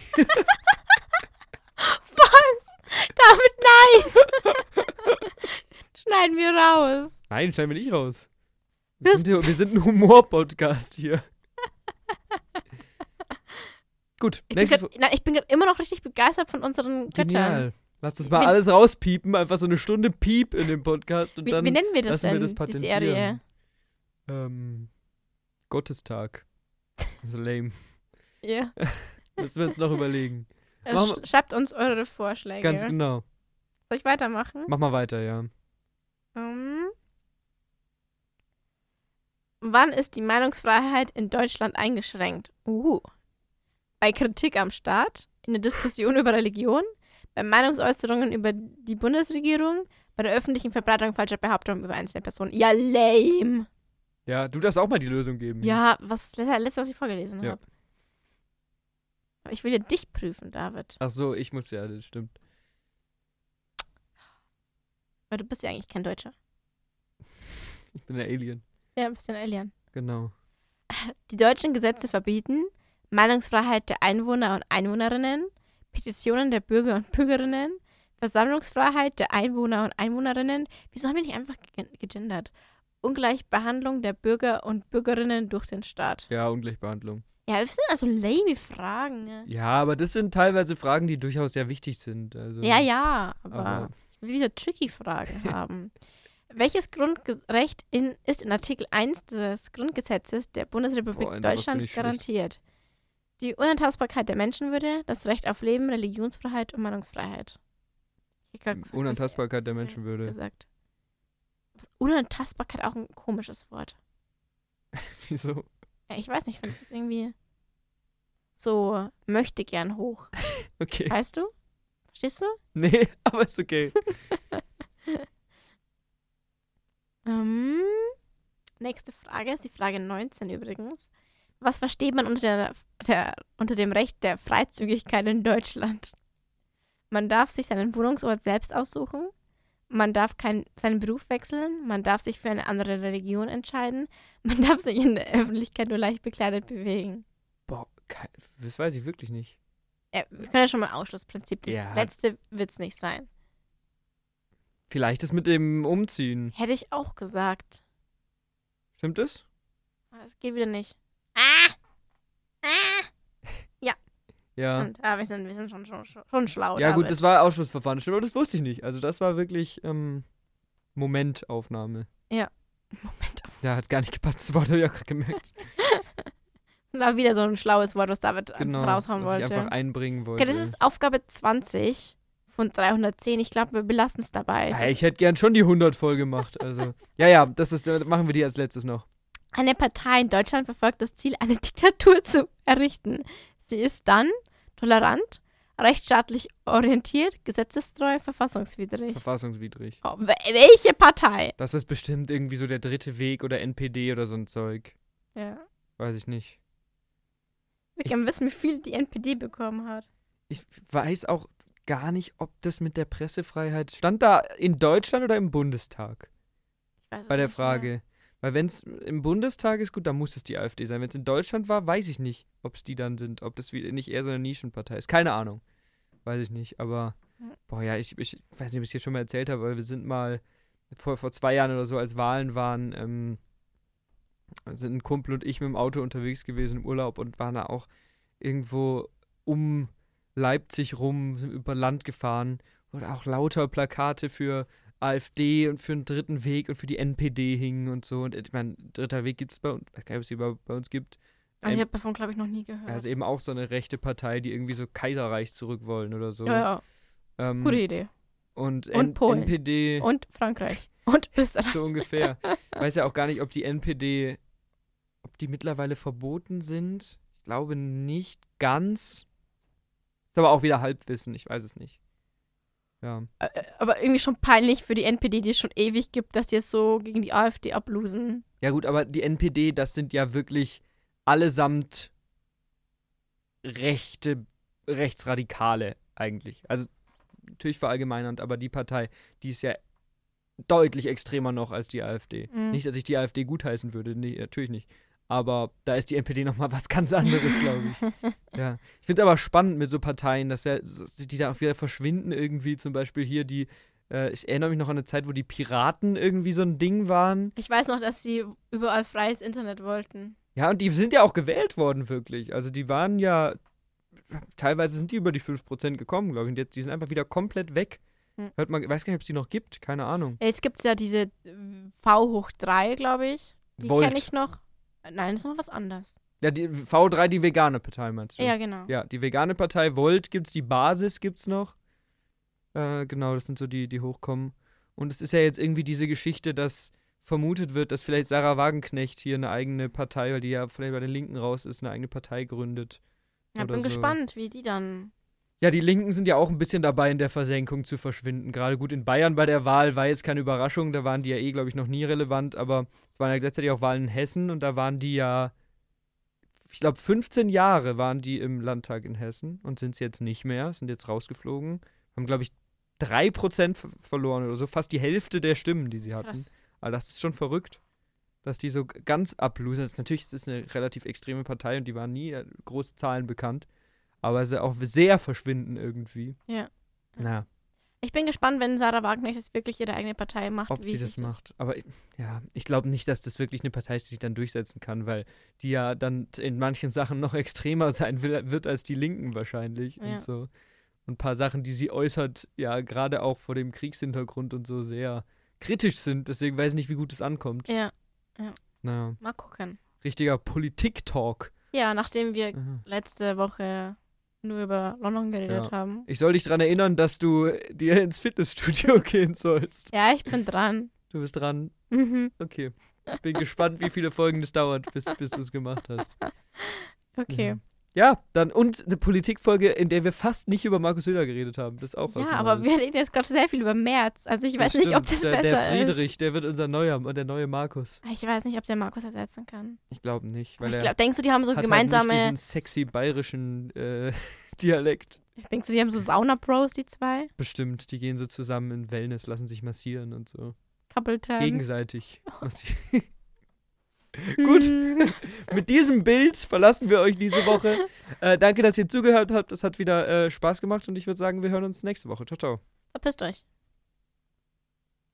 [SPEAKER 1] Damit nein! <laughs> Schneiden wir raus.
[SPEAKER 2] Nein, schneiden wir nicht raus. Wir
[SPEAKER 1] Das-
[SPEAKER 2] sind, hier, wir sind ein Humor-Podcast
[SPEAKER 1] <laughs>
[SPEAKER 2] hier. Gut,
[SPEAKER 1] Ich bin
[SPEAKER 2] nächste
[SPEAKER 1] grad- na, ich bin gerade immer noch richtig begeistert von unseren
[SPEAKER 2] Fo-
[SPEAKER 1] Göttern.
[SPEAKER 2] Genial. Lass uns mal
[SPEAKER 1] Wenn-
[SPEAKER 2] alles rauspiepen, einfach so eine Stunde Piep in dem Podcast und
[SPEAKER 1] Wie,
[SPEAKER 2] dann
[SPEAKER 1] wie nennen wir das
[SPEAKER 2] lassen wir
[SPEAKER 1] denn,
[SPEAKER 2] das
[SPEAKER 1] die
[SPEAKER 2] patentieren.
[SPEAKER 1] Serie?
[SPEAKER 2] ähm, Gottestag. Das ist lame.
[SPEAKER 1] Ja.
[SPEAKER 2] Müssen wir
[SPEAKER 1] <laughs>
[SPEAKER 2] uns noch überlegen.
[SPEAKER 1] Äh,
[SPEAKER 2] Machen
[SPEAKER 1] sch- Schreibt uns eure Vorschläge.
[SPEAKER 2] Ganz genau.
[SPEAKER 1] Soll ich weitermachen?
[SPEAKER 2] Mach mal weiter, ja.
[SPEAKER 1] Ähm. wann ist die Meinungsfreiheit in Deutschland eingeschränkt? Uh. Bei Kritik am Staat, in der Diskussion über Religion, bei Meinungsäußerungen über die Bundesregierung, bei der öffentlichen Verbreitung falscher Behauptungen über einzelne Personen. Ja, lame.
[SPEAKER 2] Ja, du darfst auch mal die Lösung geben.
[SPEAKER 1] Ja, was das letzte, was ich vorgelesen
[SPEAKER 2] Mhm. Ja.
[SPEAKER 1] habe. Ich will ja dich prüfen, David.
[SPEAKER 2] Ach so, ich muss ja, das stimmt.
[SPEAKER 1] Weil du bist ja eigentlich kein Deutscher.
[SPEAKER 2] Ich bin ein Alien.
[SPEAKER 1] Ja, bist ja ein Alien.
[SPEAKER 2] Genau.
[SPEAKER 1] Die deutschen Gesetze verbieten Meinungsfreiheit der Einwohner und Einwohnerinnen, Petitionen der Bürger und Bürgerinnen, Versammlungsfreiheit der Einwohner und Einwohnerinnen. Wieso haben wir nicht einfach ge- gegendert? Ungleichbehandlung der Bürger und Bürgerinnen durch den Staat.
[SPEAKER 2] Ja, Ungleichbehandlung.
[SPEAKER 1] Ja, das sind also lame Fragen. ne?
[SPEAKER 2] Ja, aber das sind teilweise Fragen, die durchaus sehr wichtig sind. Also,
[SPEAKER 1] Ja, ja, aber,
[SPEAKER 2] Aber-
[SPEAKER 1] ich will wieder tricky Fragen haben. Welches Grundrecht in, ist in Artikel 1 des Grundgesetzes der Bundesrepublik
[SPEAKER 2] Boah, in sowas bin
[SPEAKER 1] Deutschland
[SPEAKER 2] ich schlecht.
[SPEAKER 1] garantiert? Die Unantastbarkeit der Menschenwürde, das Recht auf Leben, Religionsfreiheit und Meinungsfreiheit. Ich hab grad gesagt, das-
[SPEAKER 2] Unantastbarkeit der Menschenwürde.
[SPEAKER 1] Gesagt. Was- Unantastbarkeit auch ein komisches Wort.
[SPEAKER 2] <laughs> Wieso?
[SPEAKER 1] Ja, ich weiß nicht, weil das ist irgendwie so möchte gern hoch.
[SPEAKER 2] Okay.
[SPEAKER 1] Weißt du? Verstehst du?
[SPEAKER 2] <laughs> Nee, aber ist okay.
[SPEAKER 1] Ähm, nächste Frage ist die Frage 19 übrigens. Was versteht man unter, der, der, unter dem Recht der Freizügigkeit in Deutschland? Man darf sich seinen Wohnungsort selbst aussuchen. Man darf kein, seinen Beruf wechseln. Man darf sich für eine andere Religion entscheiden. <laughs> Man darf sich in der Öffentlichkeit nur leicht bekleidet bewegen.
[SPEAKER 2] Boah, kein- das weiß ich wirklich nicht.
[SPEAKER 1] Ja, wir können ja schon mal Ausschlussprinzip. Das
[SPEAKER 2] Ja.
[SPEAKER 1] letzte wird es nicht sein.
[SPEAKER 2] Vielleicht das mit dem Umziehen.
[SPEAKER 1] Hätte ich auch gesagt.
[SPEAKER 2] Stimmt das?
[SPEAKER 1] Aber Es geht wieder nicht. Ah! Ah!
[SPEAKER 2] Ja.
[SPEAKER 1] Und ah, wir, sind, wir sind schon, schon, schon schlau.
[SPEAKER 2] ja, gut,
[SPEAKER 1] David.
[SPEAKER 2] das war Ausschlussverfahren. Stimmt, aber das wusste ich nicht. Also, das war wirklich ähm, Momentaufnahme.
[SPEAKER 1] <laughs> Moment.
[SPEAKER 2] Ja, hat gar nicht gepasst. Das Wort habe ich auch gerade gemerkt.
[SPEAKER 1] War wieder so ein schlaues Wort, was David <laughs> einfach
[SPEAKER 2] Genau.
[SPEAKER 1] raushauen
[SPEAKER 2] was
[SPEAKER 1] wollte.
[SPEAKER 2] ich einfach einbringen wollte.
[SPEAKER 1] okay, das ist Aufgabe 20 von 310. Ich glaube, wir belassen es dabei. Es
[SPEAKER 2] Ah,
[SPEAKER 1] ist
[SPEAKER 2] ich hätte gern schon die 100 voll
[SPEAKER 1] <laughs>
[SPEAKER 2] gemacht. Also, ja, ja, das ist, äh, machen wir die als letztes noch.
[SPEAKER 1] eine Partei in Deutschland verfolgt das Ziel, eine <laughs> Diktatur zu errichten. Sie ist dann tolerant, rechtsstaatlich orientiert, gesetzestreu, verfassungswidrig.
[SPEAKER 2] Verfassungswidrig.
[SPEAKER 1] Oh, we- welche Partei?
[SPEAKER 2] Das ist bestimmt irgendwie so der dritte Weg oder NPD oder so ein Zeug.
[SPEAKER 1] Ja.
[SPEAKER 2] Weiß ich nicht.
[SPEAKER 1] Wir
[SPEAKER 2] Ich-
[SPEAKER 1] können wissen, wie viel die NPD bekommen hat.
[SPEAKER 2] Ich weiß auch gar nicht, ob das mit der Pressefreiheit stand da in Deutschland oder im Bundestag
[SPEAKER 1] Ich weiß es
[SPEAKER 2] bei der
[SPEAKER 1] nicht mehr.
[SPEAKER 2] Frage. Weil wenn es im Bundestag ist, gut, dann muss es die AfD sein. Wenn es in Deutschland war, weiß ich nicht, ob es die dann sind, ob das wie- nicht eher so eine Nischenpartei ist. Keine Ahnung. Weiß ich nicht. Aber
[SPEAKER 1] Ja.
[SPEAKER 2] boah ja, ich, ich weiß nicht, ob ich es hier schon mal erzählt habe, aber wir sind mal vor, vor zwei Jahren oder so, als Wahlen waren, ähm, sind ein Kumpel und ich mit dem Auto unterwegs gewesen im Urlaub und waren da auch irgendwo um Leipzig rum, sind über Land gefahren und auch lauter Plakate für AfD und für den dritten Weg und für die NPD hingen und so. Und ich meine, dritter Weg gibt es bei uns, ich weiß gar nicht, ob es die bei, bei uns gibt.
[SPEAKER 1] Aber Ah, ich
[SPEAKER 2] Ähm,
[SPEAKER 1] habe davon, glaube ich, noch nie gehört.
[SPEAKER 2] Also eben auch so eine rechte Partei, die irgendwie so Kaiserreich zurück wollen oder so.
[SPEAKER 1] ja, ja,
[SPEAKER 2] Ähm,
[SPEAKER 1] gute Idee.
[SPEAKER 2] Und,
[SPEAKER 1] Und
[SPEAKER 2] N-
[SPEAKER 1] Polen.
[SPEAKER 2] NPD,
[SPEAKER 1] Und Frankreich. Und Österreich.
[SPEAKER 2] <laughs>
[SPEAKER 1] <laughs>
[SPEAKER 2] so ungefähr. Ich weiß ja auch gar nicht, ob die NPD, ob die mittlerweile verboten sind. Ich glaube nicht ganz. Ist aber auch wieder Halbwissen, ich weiß es nicht. Ja.
[SPEAKER 1] Äh, äh, Aber irgendwie schon peinlich für die NPD, die es schon ewig gibt, dass die es so gegen die AfD ablosen.
[SPEAKER 2] Ja gut, aber die NPD, das sind ja wirklich allesamt rechte, rechtsradikale eigentlich. Also natürlich verallgemeinernd, aber die Partei, die ist ja deutlich extremer noch als die AfD.
[SPEAKER 1] Mhm.
[SPEAKER 2] Nicht, dass ich die AfD gutheißen würde, nee, natürlich nicht. Aber da ist die NPD nochmal was <laughs> ganz anderes, glaube ich. Ja. Ich finde aber spannend mit so Parteien, dass ja, so- die da auch wieder verschwinden irgendwie. Zum Beispiel hier die, äh, ich erinnere mich noch an eine Zeit, wo die Piraten irgendwie so ein Ding waren.
[SPEAKER 1] <laughs> Ich weiß noch, dass sie überall freies Internet wollten.
[SPEAKER 2] Ja, und die sind ja auch gewählt worden, wirklich. Also die waren ja, teilweise sind die über die 5% gekommen, glaube ich. Und jetzt, die sind einfach wieder komplett weg.
[SPEAKER 1] Hm.
[SPEAKER 2] Hört man, weiß gar nicht, ob es die noch gibt, keine Ahnung.
[SPEAKER 1] Jetzt gibt es ja diese äh, V hoch 3, glaube ich. Die
[SPEAKER 2] Volt.
[SPEAKER 1] kenne ich noch. Äh, Nein, das ist noch was anderes.
[SPEAKER 2] Ja, die V3, die vegane Partei, meinst du?
[SPEAKER 1] Ja, genau.
[SPEAKER 2] Ja, die vegane Partei Volt gibt's, die Basis gibt's noch. Äh, genau, das sind so die, die hochkommen. Und es ist ja jetzt irgendwie diese Geschichte, dass vermutet wird, dass vielleicht Sarah Wagenknecht hier eine eigene Partei, weil die ja vielleicht bei den Linken raus ist, eine eigene Partei gründet.
[SPEAKER 1] Ja,
[SPEAKER 2] oder
[SPEAKER 1] bin
[SPEAKER 2] so.
[SPEAKER 1] gespannt, wie die dann.
[SPEAKER 2] Ja, die Linken sind ja auch ein bisschen dabei, in der Versenkung zu verschwinden. Gerade gut in Bayern bei der Wahl war jetzt keine Überraschung, da waren die ja eh, glaube ich, noch nie relevant, aber es waren ja gleichzeitig auch Wahlen in Hessen und da waren die ja, ich glaube, 15 Jahre waren die im Landtag in Hessen und sind es jetzt nicht mehr, sind jetzt rausgeflogen, haben, glaube ich, 3% ver- verloren oder so, fast die Hälfte der Stimmen, die sie hatten.
[SPEAKER 1] Krass.
[SPEAKER 2] Aber das ist schon verrückt, dass die so g- ganz ablosen. Das ist Natürlich es ist eine relativ extreme Partei und die waren nie äh, große Zahlen bekannt. Aber sie auch sehr verschwinden irgendwie.
[SPEAKER 1] Ja.
[SPEAKER 2] Na,
[SPEAKER 1] Ich bin gespannt, wenn Sarah Wagenknecht jetzt wirklich ihre eigene Partei macht.
[SPEAKER 2] ob
[SPEAKER 1] wie
[SPEAKER 2] sie
[SPEAKER 1] sich
[SPEAKER 2] das macht. Aber ich- ja, ich glaube nicht, dass das wirklich eine Partei ist, die sich dann durchsetzen kann, weil die ja dann t- in manchen Sachen noch extremer <laughs> sein will, wird als die Linken wahrscheinlich
[SPEAKER 1] Ja.
[SPEAKER 2] und so. Und ein paar Sachen, die sie äußert, ja, gerade auch vor dem Kriegshintergrund und so sehr kritisch sind. Deswegen weiß ich nicht, wie gut es ankommt.
[SPEAKER 1] Ja,
[SPEAKER 2] Na,
[SPEAKER 1] mal gucken.
[SPEAKER 2] richtiger Politik-Talk.
[SPEAKER 1] Ja, nachdem wir
[SPEAKER 2] Aha.
[SPEAKER 1] letzte Woche nur über London geredet
[SPEAKER 2] Ja.
[SPEAKER 1] haben.
[SPEAKER 2] Ich soll dich daran erinnern, dass du dir ins Fitnessstudio <laughs> gehen sollst.
[SPEAKER 1] Ja, ich bin dran.
[SPEAKER 2] Du bist dran.
[SPEAKER 1] Mhm.
[SPEAKER 2] Okay. Bin gespannt, wie viele Folgen das dauert, bis, bis du es gemacht hast.
[SPEAKER 1] Okay.
[SPEAKER 2] Mhm. Ja. ja, dann und eine Politikfolge, in der wir fast nicht über Markus Söder geredet haben. also Das ist auch
[SPEAKER 1] Ja,
[SPEAKER 2] was.
[SPEAKER 1] aber
[SPEAKER 2] Neues.
[SPEAKER 1] wir reden jetzt gerade sehr viel über März. Also ich weiß
[SPEAKER 2] Das
[SPEAKER 1] nicht, ob das
[SPEAKER 2] stimmt. der,
[SPEAKER 1] besser
[SPEAKER 2] Der Friedrich, der wird unser neuer und der neue Markus.
[SPEAKER 1] ist. Ich weiß nicht, ob der Markus ersetzen kann.
[SPEAKER 2] Ich glaube nicht,
[SPEAKER 1] Aber
[SPEAKER 2] weil
[SPEAKER 1] ich
[SPEAKER 2] er
[SPEAKER 1] glaub, denkst du, die haben so
[SPEAKER 2] hat halt
[SPEAKER 1] gemeinsame.
[SPEAKER 2] nicht diesen sexy bayerischen äh, <laughs> Dialekt.
[SPEAKER 1] denkst du, die haben so Sauna-Bros, die zwei?
[SPEAKER 2] Bestimmt, die gehen so zusammen in Wellness, lassen sich massieren und so.
[SPEAKER 1] Couple-Time.
[SPEAKER 2] Gegenseitig. massi- Gut.
[SPEAKER 1] Mhm.
[SPEAKER 2] <laughs> Mit diesem Bild verlassen wir euch diese Woche. Äh, danke, dass ihr zugehört habt. Es hat wieder äh, Spaß gemacht und ich würde sagen, wir hören uns nächste Woche. Ciao, ciao.
[SPEAKER 1] Verpisst euch.